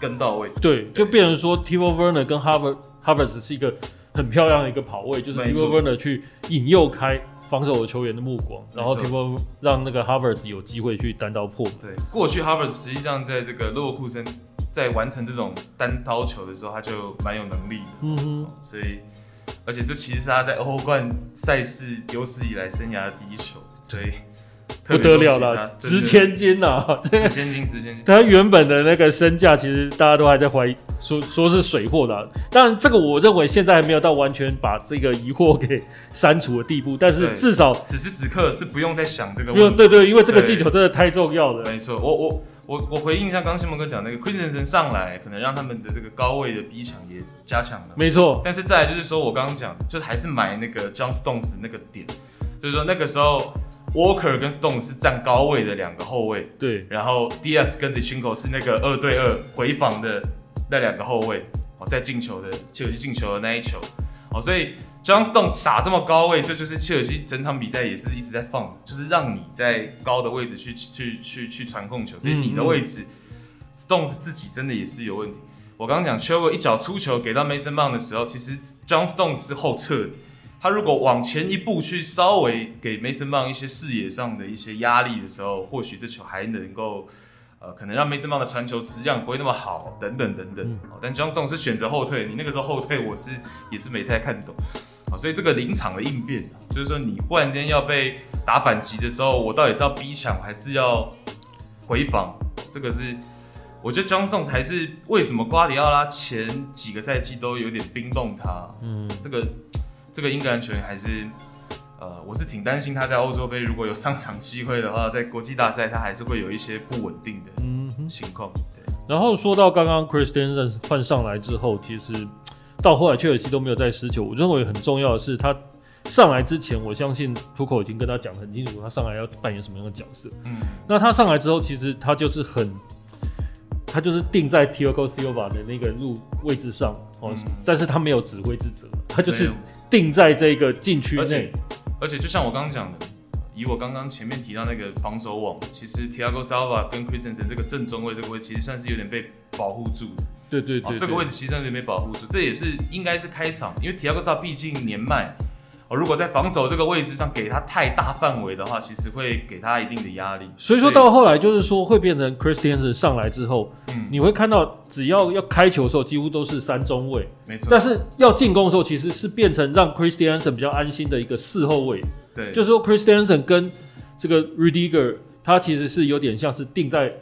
Speaker 1: 跟到位。
Speaker 2: 对，就变成说 Timo Werner 跟 Harvard Harvard 是一个很漂亮的一个跑位，就是
Speaker 1: 没错
Speaker 2: Timo Werner 去引诱开防守球员的目光，然后
Speaker 1: 没
Speaker 2: Timo 让那个 Harvard 有机会去单刀破门。
Speaker 1: 对，过去 Harvard 实际上在这个勒沃库森在完成这种单刀球的时候，他就蛮有能力的，
Speaker 2: 嗯哼，
Speaker 1: 所以而且这其实是他在欧冠赛事有史以来生涯的第一球，所以特
Speaker 2: 不
Speaker 1: 别
Speaker 2: 得
Speaker 1: 恭
Speaker 2: 了
Speaker 1: 喜
Speaker 2: 了
Speaker 1: 他，，
Speaker 2: 值千金呐、 (laughs)
Speaker 1: 真的，值千金，值千金。
Speaker 2: 他原本的那个身价，其实大家都还在怀疑，说说是水货的啊、当然，这个我认为现在还没有到完全把这个疑惑给删除的地步，但是
Speaker 1: 对
Speaker 2: 至少，
Speaker 1: 此时此刻是不用再想这个
Speaker 2: 因为
Speaker 1: 问题。
Speaker 2: 对对，因为这个
Speaker 1: 对
Speaker 2: 技巧真的太重要了。
Speaker 1: 没错，我我我我回应一下刚刚新蒙哥讲那个 Christensen 上来，可能让他们的这个高位的逼抢也加强了。
Speaker 2: 没错，
Speaker 1: 但是再来就是说我刚刚讲，就还是买那个 John Stones 那个点，就是说那个时候 Walker 跟 Stones 是站高位的两个后卫，
Speaker 2: 对，
Speaker 1: 然后 Diaz 跟 Zichenko 是那个二对二回防的那两个后卫，哦，在进球的切尔西进球的那一球，哦，所以 John Stones 打这么高位，这就是切尔西整场比赛也是一直在放，就是让你在高的位置去去去去传控球，所以你的位置、Stones 自己真的也是有问题。我刚刚讲 c h i l w e l 一脚出球给到 Mason Mount 的时候，其实 John Stones 是后撤的。他如果往前一步去稍微给 Mason Mount 一些视野上的一些压力的时候，或许这球还能够，呃，可能让 Mason Mount 的传球质量不会那么好，等等等等。
Speaker 2: 嗯
Speaker 1: 哦但 Johnson 是选择后退，你那个时候后退，我是也是没太看懂。啊，所以这个临场的应变，啊就是说你忽然间要被打反击的时候，我到底是要逼抢还是要回防？这个是我觉得 Johnson 还是为什么瓜迪奥拉前几个赛季都有点冰冻他，
Speaker 2: 嗯，
Speaker 1: 这个这个英格兰球员还是，呃，我是挺担心他在欧洲杯如果有上场机会的话，在国际大赛他还是会有一些不稳定的
Speaker 2: 嗯哼。
Speaker 1: 情况。对，
Speaker 2: 然后说到刚刚 Christensen 换上来之后，其实到后来切尔西都没有再失球。我认为很重要的是，他上来之前，我相信浦口已经跟他讲得很清楚，他上来要扮演什么样的角色。
Speaker 1: 嗯，
Speaker 2: 那他上来之后，其实他就是很，他就是定在 Tiogo Silva 的那个路位置上哦，
Speaker 1: 嗯
Speaker 2: 但是他没有指挥之责，他就
Speaker 1: 没
Speaker 2: 是
Speaker 1: 有
Speaker 2: 定在这个禁区
Speaker 1: 而
Speaker 2: 内
Speaker 1: 且。而且就像我刚刚讲的，以我刚刚前面提到那个防守网，其实 Thiago Silva 跟 Christensen 这个正中卫这个位，其实算是有点被保护住的。
Speaker 2: 对对
Speaker 1: 哦
Speaker 2: 对，，
Speaker 1: 这个
Speaker 2: 对
Speaker 1: 位置其实算是没保护住，这也是应该是开场，因为提亚戈萨毕竟年迈，哦，如果在防守这个位置上给他太大范围的话，其实会给他一定的压力。
Speaker 2: 所以说到后来就是说会变成 Christensen 上来之后，
Speaker 1: 嗯，
Speaker 2: 你会看到只要要开球的时候，几乎都是三中卫。
Speaker 1: 没错，
Speaker 2: 但是要进攻的时候，其实是变成让 Christiansen 比较安心的一个四后卫，
Speaker 1: 对，
Speaker 2: 就是说 Christiansen 跟这个 Rudiger 他其实是有点像是定在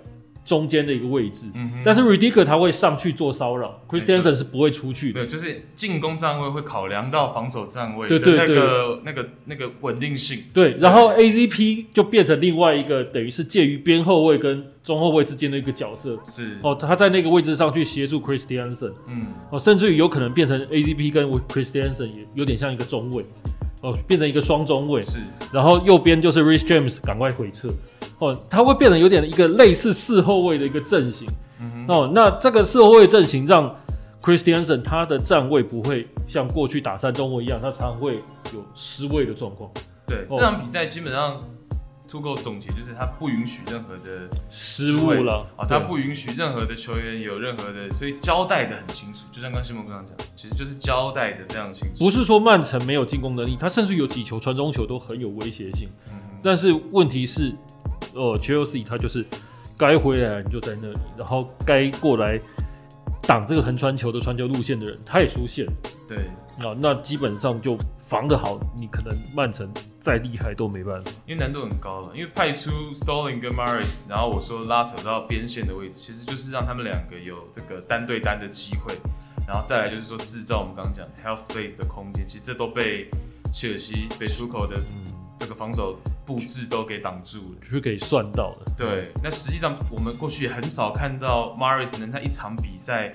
Speaker 2: 中间的一个位置，
Speaker 1: 嗯哼
Speaker 2: 但是 Rudiger 他会上去做骚扰，Christiansen 是不会出去的。
Speaker 1: 对，就是进攻站位会考量到防守站位的
Speaker 2: 对对
Speaker 1: 那个那个那个稳定性。
Speaker 2: 对，然后 AZP 就变成另外一个等于是介于边后卫跟中后卫之间的一个角色
Speaker 1: 是，
Speaker 2: 哦，他在那个位置上去协助 Christiansen
Speaker 1: 嗯，
Speaker 2: 哦，甚至于有可能变成 AZP 跟 Christiansen 也有点像一个中卫哦，变成一个双中卫。
Speaker 1: 是，
Speaker 2: 然后右边就是 Rich James，赶快回撤。哦，它会变得有点一个类似四后卫的一个阵型。
Speaker 1: 嗯哼，
Speaker 2: 哦，那这个四后卫阵型让 Christiansen 他的站位不会像过去打三中卫一样，他常会有失位的状况，
Speaker 1: 对，
Speaker 2: 哦
Speaker 1: 这场比赛基本上 t u g o 总结就是他不允许任何的
Speaker 2: 失
Speaker 1: 失位
Speaker 2: 误了。
Speaker 1: 啊，他不允许任何的球员有任何的，所以交代的很清楚。就像刚新蒙刚刚讲，其实就是交代的非常清楚。
Speaker 2: 不是说曼城没有进攻能力，他甚至有几球传中球都很有威胁性。
Speaker 1: 嗯哼
Speaker 2: 但是问题是，呃，Chelsea 他就是该回来你就在那里，然后该过来挡这个横传球的传球路线的人，他也出现。
Speaker 1: 对，
Speaker 2: 啊，那基本上就防得好，你可能曼城再厉害都没办法。
Speaker 1: 因为难度很高了，因为派出 Sterling 跟 Morris，然后我说拉扯到边线的位置，其实就是让他们两个有这个单对单的机会，然后再来就是说制造我们刚刚讲 health space 的空间，其实这都被切尔西被出口的
Speaker 2: 嗯，
Speaker 1: 这个防守布置都给挡住了。
Speaker 2: 是可以算到的。
Speaker 1: 对，那实际上我们过去也很少看到 Morris 能在一场比赛，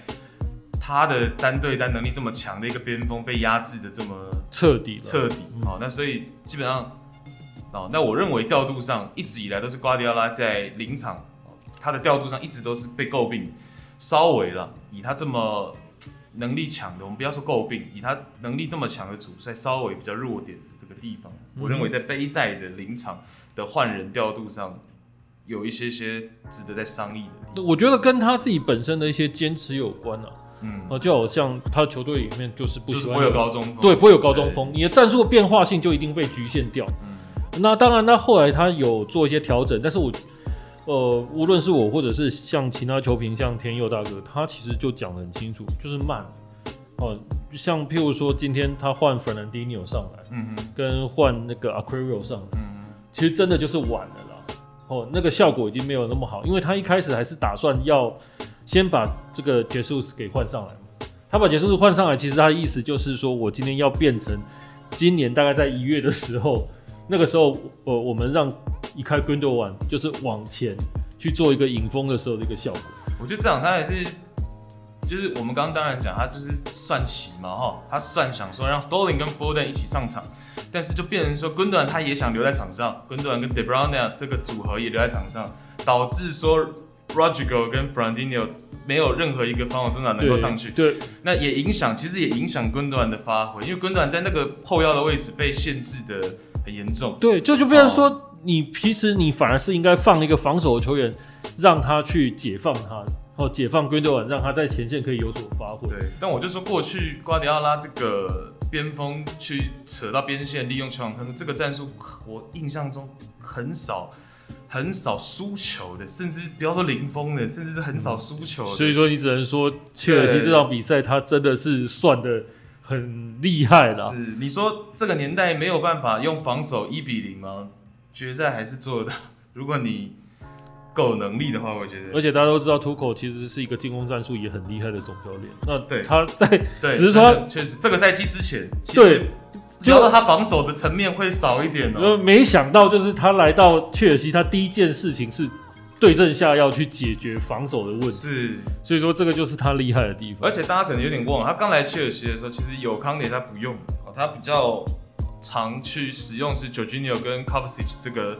Speaker 1: 他的单对单能力这么强的一个边锋被压制的这么
Speaker 2: 彻底了。
Speaker 1: 彻底。
Speaker 2: 嗯
Speaker 1: 好、那所以基本上，哦，那我认为调度上一直以来都是瓜迪奥拉在临场，哦他的调度上一直都是被诟病，稍微了，以他这么能力强的，我们不要说诟病，以他能力这么强的主帅，稍微比较弱点的这个地方，
Speaker 2: 嗯
Speaker 1: 我认为在杯赛的临场的换人调度上，有一些些值得在商议的。
Speaker 2: 我觉得跟他自己本身的一些坚持有关啊。
Speaker 1: 嗯，
Speaker 2: 哦，就好像他球队里面就是不
Speaker 1: 就
Speaker 2: 喜
Speaker 1: 是
Speaker 2: 欢
Speaker 1: 不会有高中锋，
Speaker 2: 对，不会有高中锋，你的战术变化性就一定被局限掉。
Speaker 1: 嗯，
Speaker 2: 那当然，那后来他有做一些调整，但是我，呃，无论是我或者是像其他球评，像天佑大哥，他其实就讲得很清楚，就是慢。哦，像譬如说今天他换 Fernandinho 上来。
Speaker 1: 嗯哼，
Speaker 2: 跟换那个 Aquero 上来，
Speaker 1: 嗯哼，
Speaker 2: 其实真的就是晚了啦。哦，那个效果已经没有那么好，因为他一开始还是打算要先把这个结束给换上来嘛。他把结束换上来，其实他的意思就是说我今天要变成今年大概在一月的时候，那个时候呃我们让一开 g r i n d e 玩就是往前去做一个引风的时候的一个效果。
Speaker 1: 我觉得这场他也是，就是我们刚刚当然讲，他就是算棋嘛，哈，他算想说让 Sterling 跟 Foden 一起上场，但是就变成说 Gundogan 他也想留在场上，Gundogan 跟 De Bruyne 啊这个组合也留在场上，导致说 Rodrigo 跟 f r a n d i n o 没有任何一个防守中场能够上去，
Speaker 2: 对，
Speaker 1: 那也影响，其实也影响 Gundogan 的发挥，因为 Gundogan 在那个后腰的位置被限制的很严重。
Speaker 2: 对，这就变成说，你其实你反而是应该放一个防守的球员，让他去解放他，哦，解放 g r i n d e 让他在前线可以有所发挥。
Speaker 1: 对，但我就说过去瓜迪奥拉这个边锋去扯到边线，利用球场空，这个战术，我印象中很少很少输球的，甚至不要说零封的，甚至是很
Speaker 2: 嗯
Speaker 1: 少输球的。
Speaker 2: 所以说，你只能说切尔西这场比赛他真的是算的很厉害啦。
Speaker 1: 是你说这个年代没有办法用防守一比零吗？决赛还是做得到，如果你够有能力的话，我觉得
Speaker 2: 而且大家都知道，t u c o 其实是一个进攻战术也很厉害的总教练。那
Speaker 1: 对
Speaker 2: 他在
Speaker 1: 对，
Speaker 2: 只是说
Speaker 1: 真的确实这个赛季之前，其实
Speaker 2: 对，
Speaker 1: 聊到他防守的层面会少一点哦、
Speaker 2: 呃没想到，就是他来到切尔西，他第一件事情是对症下药去解决防守的问题。
Speaker 1: 是，
Speaker 2: 所以说，这个就是他厉害的地方。
Speaker 1: 而且大家可能有点忘了，他刚来切尔西的时候，其实有康内他不用哦，他比较常去使用是 Jorginho 跟 Kovacic 这个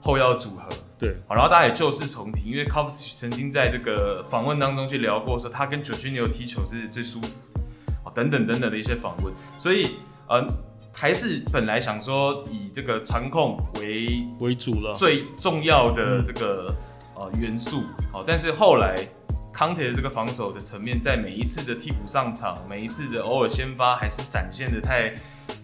Speaker 1: 后腰组合。
Speaker 2: 对，
Speaker 1: 好，然后大家也旧事重提，因为 Kovacic 曾经在这个访问当中去聊过，说他跟 Jorginho 踢球是最舒服的，哦，等等等等的一些访问，所以，呃，还是本来想说以这个传控为
Speaker 2: 为主了。
Speaker 1: 最重要的这个呃元素。好、但是后来康铁的这个防守的层面，在每一次的替补上场，每一次的偶尔先发，还是展现的太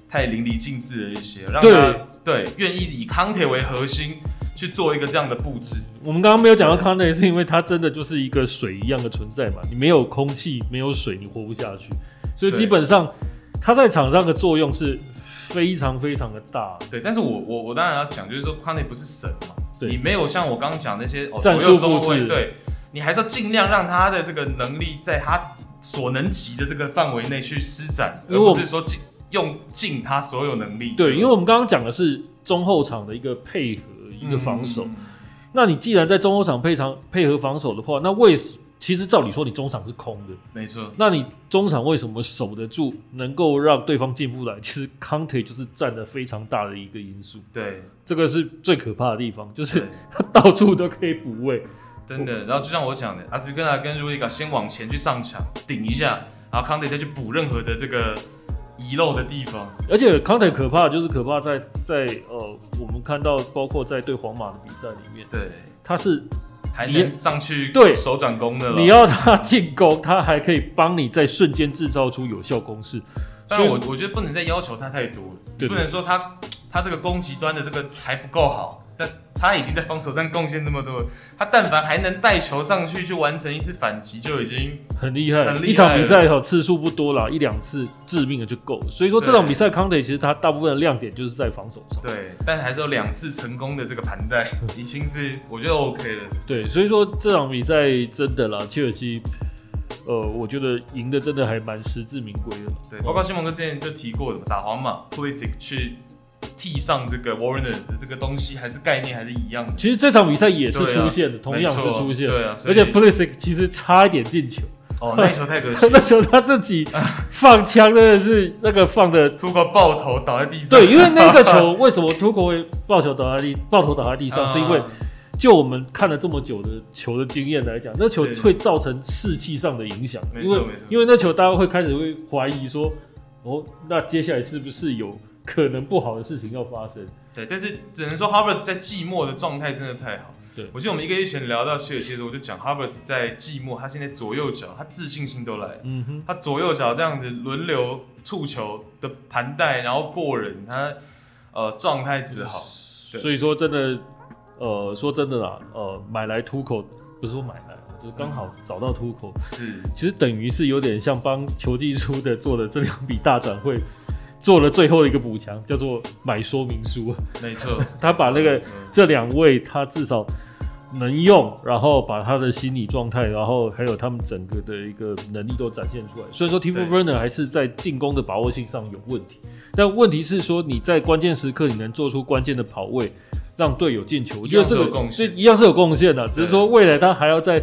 Speaker 1: 太淋漓尽致了一些，让他对愿意以康铁为核心去做一个这样的布置。
Speaker 2: 我们刚刚没有讲到康内，是因为它真的就是一个水一样的存在嘛，你没有空气，没有水，你活不下去。所以
Speaker 1: 对
Speaker 2: 基本上，它在场上的作用是非常非常的大。
Speaker 1: 对，但是我我我当然要讲，就是说康铁不是神嘛，
Speaker 2: 对
Speaker 1: 你没有像我刚刚讲那些哦左
Speaker 2: 战
Speaker 1: 右
Speaker 2: 术
Speaker 1: 中
Speaker 2: 布
Speaker 1: 卫，
Speaker 2: 置
Speaker 1: 对你还是要尽量让他的这个能力在他所能及的这个范围内去施展，而
Speaker 2: 因为我
Speaker 1: 不是说尽用尽他所有能力。
Speaker 2: 对，因为我们刚刚讲的是中后场的一个配合，
Speaker 1: 嗯
Speaker 2: 一个防守。那你既然在中后场配场配合防守的话，那为什其实照理说你中场是空的，
Speaker 1: 没错，
Speaker 2: 那你中场为什么守得住，能够让对方进步来？其实康铁就是占了非常大的一个因素，
Speaker 1: 对，
Speaker 2: 这个是最可怕的地方， (laughs) 就是
Speaker 1: 对
Speaker 2: 他 (laughs) 到处都可以补位。
Speaker 1: 真的。然后就像我讲的，阿斯皮克纳跟瑞迪卡先往前去上抢顶一下，然后康德再去补任何的这个遗漏的地方。
Speaker 2: 而且康泰可怕的就是可怕在在呃，我们看到包括在对皇马的比赛里面，
Speaker 1: 对，
Speaker 2: 他是
Speaker 1: 还
Speaker 2: 你
Speaker 1: 能上去
Speaker 2: 对
Speaker 1: 手转攻的了。
Speaker 2: 你要他进攻，他还可以帮你在瞬间制造出有效攻势。
Speaker 1: 当然
Speaker 2: 所
Speaker 1: 我
Speaker 2: 以
Speaker 1: 我觉得不能再要求他太多了，
Speaker 2: 对对
Speaker 1: 不能说他他这个攻击端的这个还不够好，但他已经在防守端贡献这么多了，他但凡还能带球上去去完成一次反击，就已经
Speaker 2: 很厉害，
Speaker 1: 很厉害
Speaker 2: 一场比赛哈次数不多啦，一两次致命的就够了。所以说这场
Speaker 1: 对
Speaker 2: 比赛康泰其实他大部分的亮点就是在防守上。
Speaker 1: 对，但还是有两次成功的这个盘带，已经是我觉得 OK 了。
Speaker 2: 对，所以说这场比赛真的啦，切尔西，呃，我觉得赢的真的还蛮实至名归的。
Speaker 1: 对，包括西蒙哥之前就提过的嘛，打皇马 p u l i s i c 去替上这个 Warner 的这个东西，还是概念还是一样的，
Speaker 2: 其实这场比赛也是
Speaker 1: 对啊
Speaker 2: 出现的，同样是
Speaker 1: 没错
Speaker 2: 出现的。
Speaker 1: 对啊，所
Speaker 2: 而
Speaker 1: 以
Speaker 2: 且 Pulisic 其实差一点进球，
Speaker 1: 哦那一球太
Speaker 2: (laughs)
Speaker 1: 可惜
Speaker 2: 那，球他自己放枪真的是那个放
Speaker 1: (laughs)
Speaker 2: 的，
Speaker 1: 突个爆头倒在地上，
Speaker 2: 对，因为那个球为什么突口会爆球倒在地， (laughs) 爆头倒在地上，是因为
Speaker 1: 嗯
Speaker 2: 就我们看了这么久的球的经验来讲，那球
Speaker 1: 是
Speaker 2: 会造成士气上的影响，
Speaker 1: 没
Speaker 2: 因
Speaker 1: 错
Speaker 2: 为
Speaker 1: 没错
Speaker 2: 因为那球大家会开始会怀疑说，哦，那接下来是不是有可能不好的事情要发生？
Speaker 1: 对，但是只能说 Harvard 在寂寞的状态真的太好。
Speaker 2: 对
Speaker 1: 我记得我们一个月前聊到切尔西的时候，我就讲 Harvard 在寂寞，他现在左右脚他自信心都来了，
Speaker 2: 嗯哼，
Speaker 1: 他左右脚这样子轮流触球的盘带，然后过人，他呃状态之好。对
Speaker 2: 所以说真的，呃，说真的啦，呃，买来突口不是说买来，就是刚好找到突口。
Speaker 1: 是
Speaker 2: 其实等于是有点像帮球技出的做的这两笔大转会做了最后一个补强，叫做买说明书。
Speaker 1: 没错，
Speaker 2: (laughs) 他把那个
Speaker 1: 嗯
Speaker 2: 这两位他至少能用，然后把他的心理状态，然后还有他们整个的一个能力都展现出来。虽然说 Timo
Speaker 1: 对
Speaker 2: Werner 还是在进攻的把握性上有问题，但问题是说你在关键时刻你能做出关键的跑位，让队友进球，我觉得这
Speaker 1: 一样是有
Speaker 2: 个
Speaker 1: 贡
Speaker 2: 这
Speaker 1: 献
Speaker 2: 一样是有贡献的，只是
Speaker 1: 对
Speaker 2: 说未来他还要在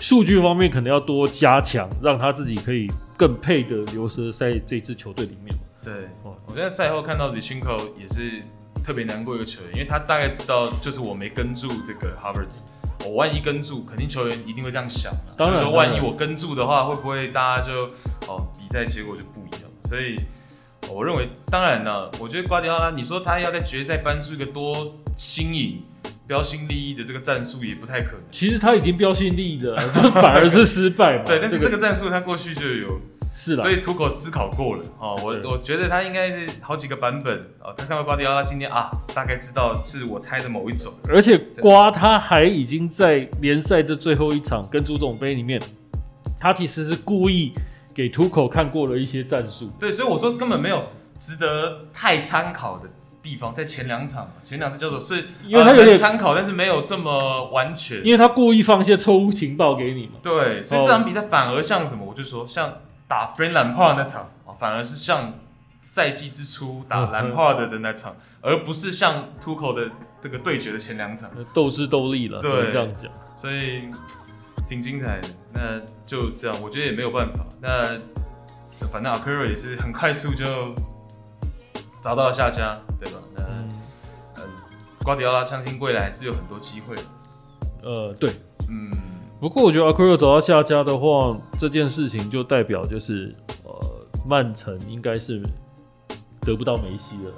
Speaker 2: 数据方面可能要多加强，让他自己可以更配得留蛇在这支球队里面。
Speaker 1: 对
Speaker 2: 哦，
Speaker 1: 我在赛后看到 Zichenko 也是特别难过一个球员，因为他大概知道就是我没跟住这个 Havertz，我万一跟住，肯定球员一定会这样想嘛。
Speaker 2: 当然
Speaker 1: 就是说万一
Speaker 2: 当然
Speaker 1: 我跟住的话，会不会大家就哦比赛结果就不一样？所以哦我认为，当然了，我觉得瓜迪奥拉，你说他要在决赛搬出一个多新颖、标新立异的这个战术，也不太可能。
Speaker 2: 其实他已经标新立异的了，反而是失败嘛。
Speaker 1: 对，但是这
Speaker 2: 个
Speaker 1: 个战术他过去就有
Speaker 2: 是啦
Speaker 1: 所，以土口思考过了哦，
Speaker 2: 对
Speaker 1: 我我觉得他应该是好几个版本哦，他看到瓜迪奥拉今天啊，大概知道是我猜的某一种，
Speaker 2: 而且瓜他还已经在联赛的最后一场跟足总杯里面，他其实是故意给土口看过了一些战术。
Speaker 1: 对，所以我说根本没有值得太参考的地方，在前两场嘛，前两次叫做是
Speaker 2: 因为他有
Speaker 1: 呃
Speaker 2: 点
Speaker 1: 能参考，但是没有这么完全
Speaker 2: 因，为他故意放一些错误情报给你嘛，
Speaker 1: 对，
Speaker 2: 哦
Speaker 1: 所以这场比赛反而像什么，我就说像打 f r i e n d 兰帕那场哦，反而是像赛季之初
Speaker 2: 嗯
Speaker 1: 打
Speaker 2: 嗯
Speaker 1: 兰帕的的那场，而不是像土口的这个对决的前两场。
Speaker 2: 呃斗智斗力了，
Speaker 1: 对
Speaker 2: 可以这样讲。
Speaker 1: 所以挺精彩的。那就这样，我觉得也没有办法。那反正 Acura 也是很快速就找到了下家，对吧？那
Speaker 2: 嗯，
Speaker 1: 嗯，瓜迪奥拉相信未来还是有很多机会。
Speaker 2: 呃，对。
Speaker 1: 嗯，
Speaker 2: 不过我觉得 Aquero 走到下家的话，这件事情就代表就是呃，曼城应该是得不到梅西的了。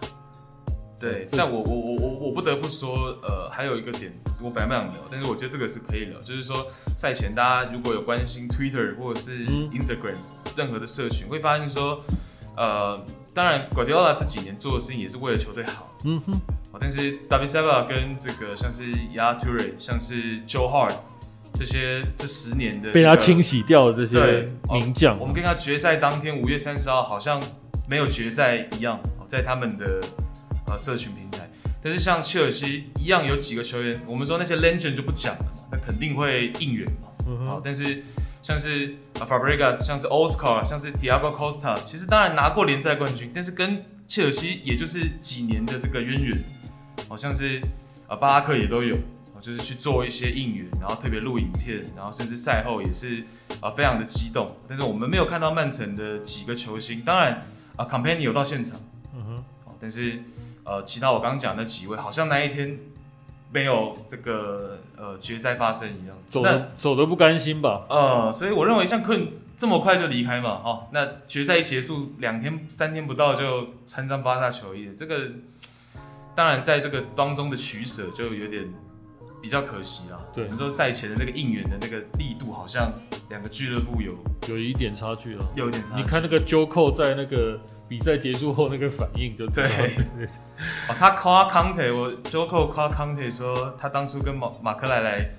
Speaker 1: 对。
Speaker 2: 这
Speaker 1: 但我我我我我不得不说，呃，还有一个点，我本来不想聊，但是我觉得这个是可以聊，就是说赛前大家如果有关心 Twitter 或者是
Speaker 2: 嗯
Speaker 1: Instagram、任何的社群，会发现说，呃，当然瓜迪奥拉这几年做的事情也是为了球队好。
Speaker 2: 嗯哼，
Speaker 1: 哦，但是 David s a v a 跟这个像是 y a t u r e 像是 Joe Hart 这些这十年的、
Speaker 2: 被他清。洗掉的这些
Speaker 1: 对哦
Speaker 2: 名将、
Speaker 1: 我们跟他决赛当天五月三十号好像没有决赛一样，哦、在他们的呃社群平台。但是像切尔西一样有几个球员，我们说那些 legend 就不讲了嘛，那肯定会应援嘛。
Speaker 2: 嗯
Speaker 1: 好、
Speaker 2: 哼，
Speaker 1: 但是像是呃 Fabregas、像是 Oscar、像是 Diego Costa，其实当然拿过联赛冠军，但是跟切尔西也就是几年的这个渊源，好、像是呃巴拉克也都有，哦就是去做一些应援，然后特别录影片，然后甚至赛后也是呃非常的激动。但是我们没有看到曼城的几个球星，当然啊、c o m p a n y 有到现场，
Speaker 2: 嗯哼。
Speaker 1: 哦，但是呃，其他我刚刚讲的那几位，好像那一天没有这个呃决赛发生一样。
Speaker 2: 走
Speaker 1: 那
Speaker 2: 的走的不甘心吧？
Speaker 1: 呃，所以我认为像困这么快就离开嘛，哦，那决赛一结束两天三天不到就穿上巴萨球衣了，这个当然在这个当中的取舍就有点比较可惜啦。
Speaker 2: 对
Speaker 1: 你说赛前的那个应援的那个力度，好像两个俱乐部有
Speaker 2: 有一点差距了。
Speaker 1: 有点差距。
Speaker 2: 你看那个 Joko 在那个比赛结束后那个反应就知道，
Speaker 1: 对哦，他夸康 o 我 Joko 夸康 o 说他当初跟马马克莱莱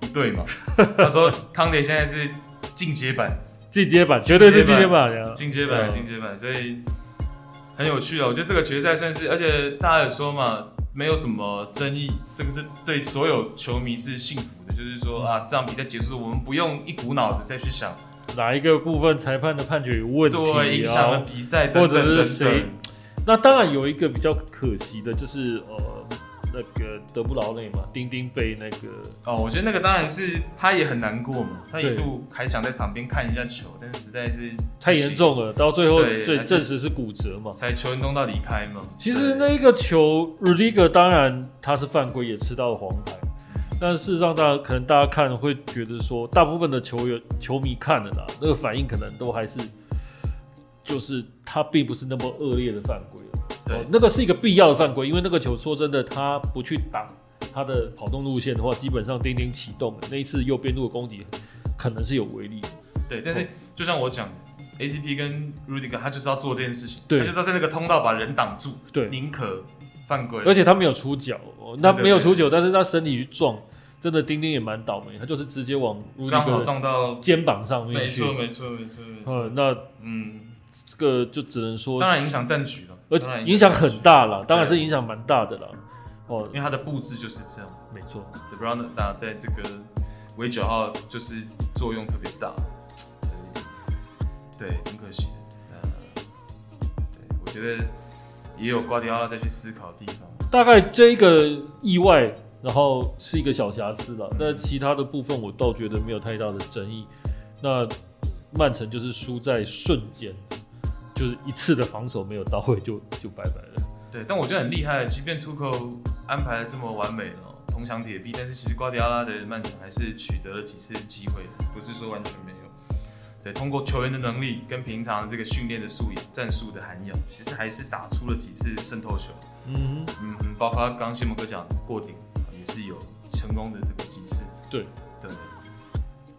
Speaker 1: 一对嘛，他说康 o 现在是进阶版。
Speaker 2: (laughs) 进阶版绝对是进阶版呀。
Speaker 1: 进阶版，
Speaker 2: 嗯
Speaker 1: 进阶版，所以很有趣啊！我觉得这个决赛算是，而且大家也说嘛，没有什么争议，这个是对所有球迷是幸福的，就是说
Speaker 2: 嗯
Speaker 1: 啊，这场比赛结束，我们不用一股脑的再去想，
Speaker 2: 哪一个部分裁判的判决有问题？啊
Speaker 1: 对，影响了比赛等
Speaker 2: 或
Speaker 1: 等等
Speaker 2: 者
Speaker 1: 等。
Speaker 2: 是谁那当然有一个比较可惜的，就是呃那个德布劳内嘛，丁丁被那个
Speaker 1: 哦，我觉得那个当然是他也很难过嘛，他
Speaker 2: 对
Speaker 1: 一度还想在场边看一下球，但是实在是
Speaker 2: 太严，重了，到最后
Speaker 1: 对
Speaker 2: 对
Speaker 1: 还是
Speaker 2: 证实是骨折嘛。
Speaker 1: 才球员东道离开嘛。
Speaker 2: 其实
Speaker 1: 对
Speaker 2: 那一个球 r u d i g e r 当然他是犯规，也吃到了黄牌。但事实上，大家可能大家看会觉得说，大部分的球员、球迷看了啦，那个反应可能都还是，就是他并不是那么恶劣的犯规了。
Speaker 1: 对
Speaker 2: 哦，那个是一个必要的犯规，因为那个球说真的，他不去挡他的跑动路线的话，基本上丁丁启动了那一次右边路的攻击可能是有威力的。
Speaker 1: 对，但
Speaker 2: 哦
Speaker 1: 是就像我讲的，ACP 跟 Rudiger 他就是要做这件事情，
Speaker 2: 对
Speaker 1: 他就是要在那个通道把人挡住，
Speaker 2: 对，
Speaker 1: 宁可犯规，
Speaker 2: 而且他没有出脚，哦那
Speaker 1: 对对
Speaker 2: 没有
Speaker 1: 对
Speaker 2: 出脚，但是他身体去撞，真的丁丁也蛮倒霉，他就是直接往 r u d i
Speaker 1: 刚
Speaker 2: g e
Speaker 1: 好
Speaker 2: r
Speaker 1: 撞到，
Speaker 2: 肩膀上面
Speaker 1: 没
Speaker 2: 去。
Speaker 1: 错没错没错没错，
Speaker 2: 呃，那
Speaker 1: 嗯，
Speaker 2: 这个就只能说，
Speaker 1: 当然影响战局了，
Speaker 2: 而
Speaker 1: 当
Speaker 2: 且
Speaker 1: 然
Speaker 2: 影响
Speaker 1: 战
Speaker 2: 很
Speaker 1: 局，
Speaker 2: 大了，当然是
Speaker 1: 对
Speaker 2: 影响蛮大的啦。哦
Speaker 1: 因，为它的布置就是这样。
Speaker 2: 没错，
Speaker 1: The Rounda 在这个围九号就是作用特别大，所以对，挺可惜的。呃，对，我觉得也有瓜迪奥拉再去思考的地方。
Speaker 2: 大概这一个意外，然后是一个小瑕疵了，那其他的部分我倒觉得没有太大的争议。那曼城就是输在瞬间，就是一次的防守没有到位就就拜拜了。
Speaker 1: 对，但我觉得很厉害，即便 Tuco 安排的这么完美哦，铜墙铁壁，但是其实瓜迪奥拉的曼城还是取得了几次机会的，不是说完全没有。对，通过球员的能力跟平常这个训练的素养、战术的涵养，其实还是打出了几次渗透球。
Speaker 2: 嗯哼，
Speaker 1: 嗯，嗯，包括刚刚谢蒙哥讲的过顶也是有成功的这个几次。
Speaker 2: 对
Speaker 1: 对，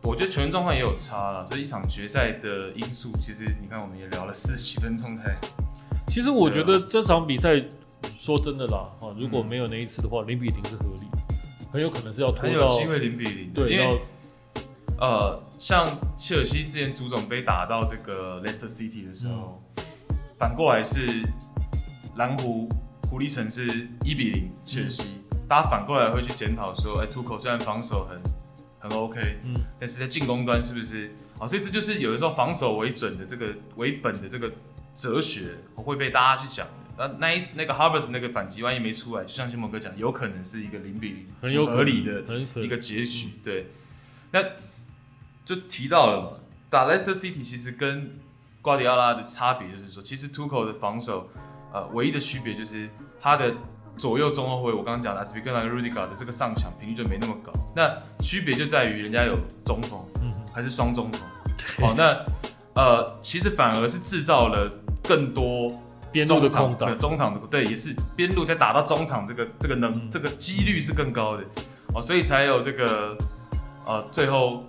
Speaker 1: 我觉得球员状况也有差了，所以一场决赛的因素，其实你看我们也聊了四十几分钟才
Speaker 2: 其实我觉
Speaker 1: 对啊嗯
Speaker 2: 得这场比赛，说真的啦，啊，如果没有那一次的话，零比零是合理的，很有可能是要拖
Speaker 1: 很有
Speaker 2: 到
Speaker 1: 机会零比零。
Speaker 2: 对
Speaker 1: 因为
Speaker 2: 要
Speaker 1: 呃，像切尔西之前足总杯打到这个 Leicester City 的时候，
Speaker 2: 嗯
Speaker 1: 反过来是蓝狐狐狸城是一比零切尔西，
Speaker 2: 嗯
Speaker 1: 大家反过来会去检讨说，哎、t u c o 虽然防守很很 OK，
Speaker 2: 嗯
Speaker 1: 但是在进攻端是不是？好，所以这就是有的时候防守为准的这个为本的这个哲学会被大家去讲的。那那一那个 h a r v e s 那个反击万一没出来，就像新蒙哥讲，有可能是一个零比零，
Speaker 2: 很有可能
Speaker 1: 合理的
Speaker 2: 很可
Speaker 1: 一
Speaker 2: 能
Speaker 1: 个结局。对，那就提到了嘛，打 Leicester City 其实跟瓜迪奥拉的差别就是说，其实 Tuchel 的防守，呃，唯一的区别就是他的左右中后卫，我刚刚讲的 s p 跟那个 Rudiger 的这个上抢频率就没那么高。那区别就在于人家有中锋
Speaker 2: 嗯
Speaker 1: 还是双中锋。好、那呃，其实反而是制造了更多
Speaker 2: 边路
Speaker 1: 中
Speaker 2: 的
Speaker 1: 场
Speaker 2: 空
Speaker 1: 呃
Speaker 2: 档，
Speaker 1: 中场的对，也是边路再打到中场，这个这个能、
Speaker 2: 嗯
Speaker 1: 这个几率是更高的哦，所以才有这个呃最后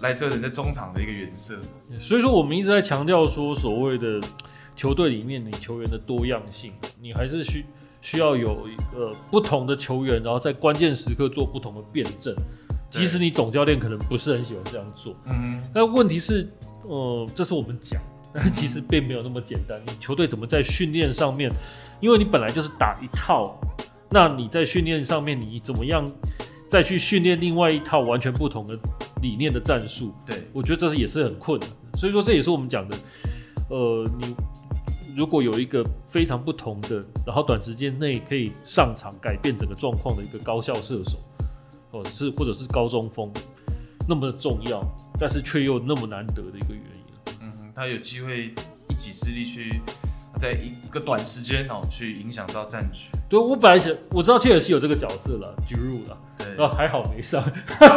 Speaker 1: 莱斯特人在中场的一个远射，
Speaker 2: 所以说我们一直在强调说，所谓的球队里面你球员的多样性，你还是需需要有呃不同的球员，然后在关键时刻做不同的辩证。即使你总教练可能不是很喜欢这样做，
Speaker 1: 嗯，
Speaker 2: 但问题是，呃，这是我们讲，但是其实并没有那么简单。你球队怎么在训练上面，因为你本来就是打一套，那你在训练上面你怎么样再去训练另外一套完全不同的理念的战术？
Speaker 1: 对，
Speaker 2: 我觉得这是也是很困难的。所以说，这也是我们讲的，呃，你如果有一个非常不同的，然后短时间内可以上场改变整个状况的一个高效射手，哦、是或者是高中锋，那么重要，但是却又那么难得的一个原因。
Speaker 1: 嗯哼，他有机会一己之力去在一个短时间哦去影响到战局，
Speaker 2: 对我本来想，我知道切尔西有这个角色了，举入了，
Speaker 1: 对，
Speaker 2: 然后还好没上。 (laughs)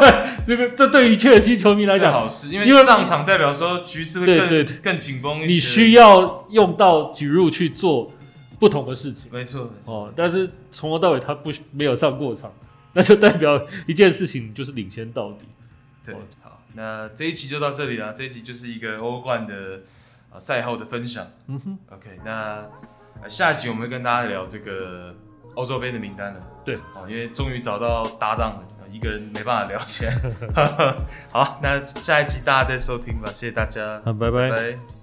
Speaker 2: 这个这对于切尔西球迷来
Speaker 1: 是啊
Speaker 2: 讲，
Speaker 1: 好事，因
Speaker 2: 因为
Speaker 1: 为上场代表说局势会更
Speaker 2: 对对对
Speaker 1: 更紧绷一些，
Speaker 2: 你需要用到举入去做不同的事情。
Speaker 1: 没错，没错
Speaker 2: 哦，但是从头到尾他不没有上过场，那就代表一件事情就是领先到底。
Speaker 1: 对
Speaker 2: 哦，
Speaker 1: 好，那这一集就到这里了。这一集就是一个欧冠的呃赛后的分享。
Speaker 2: 嗯哼，
Speaker 1: OK，那、呃下一集我们会跟大家聊这个欧洲杯的名单了。
Speaker 2: 对，
Speaker 1: 哦，因为终于找到搭档了，呃一个人没办法聊
Speaker 2: (laughs)
Speaker 1: 起来。好，那下一集大家再收听吧，谢谢大家，
Speaker 2: 好，拜拜
Speaker 1: 拜。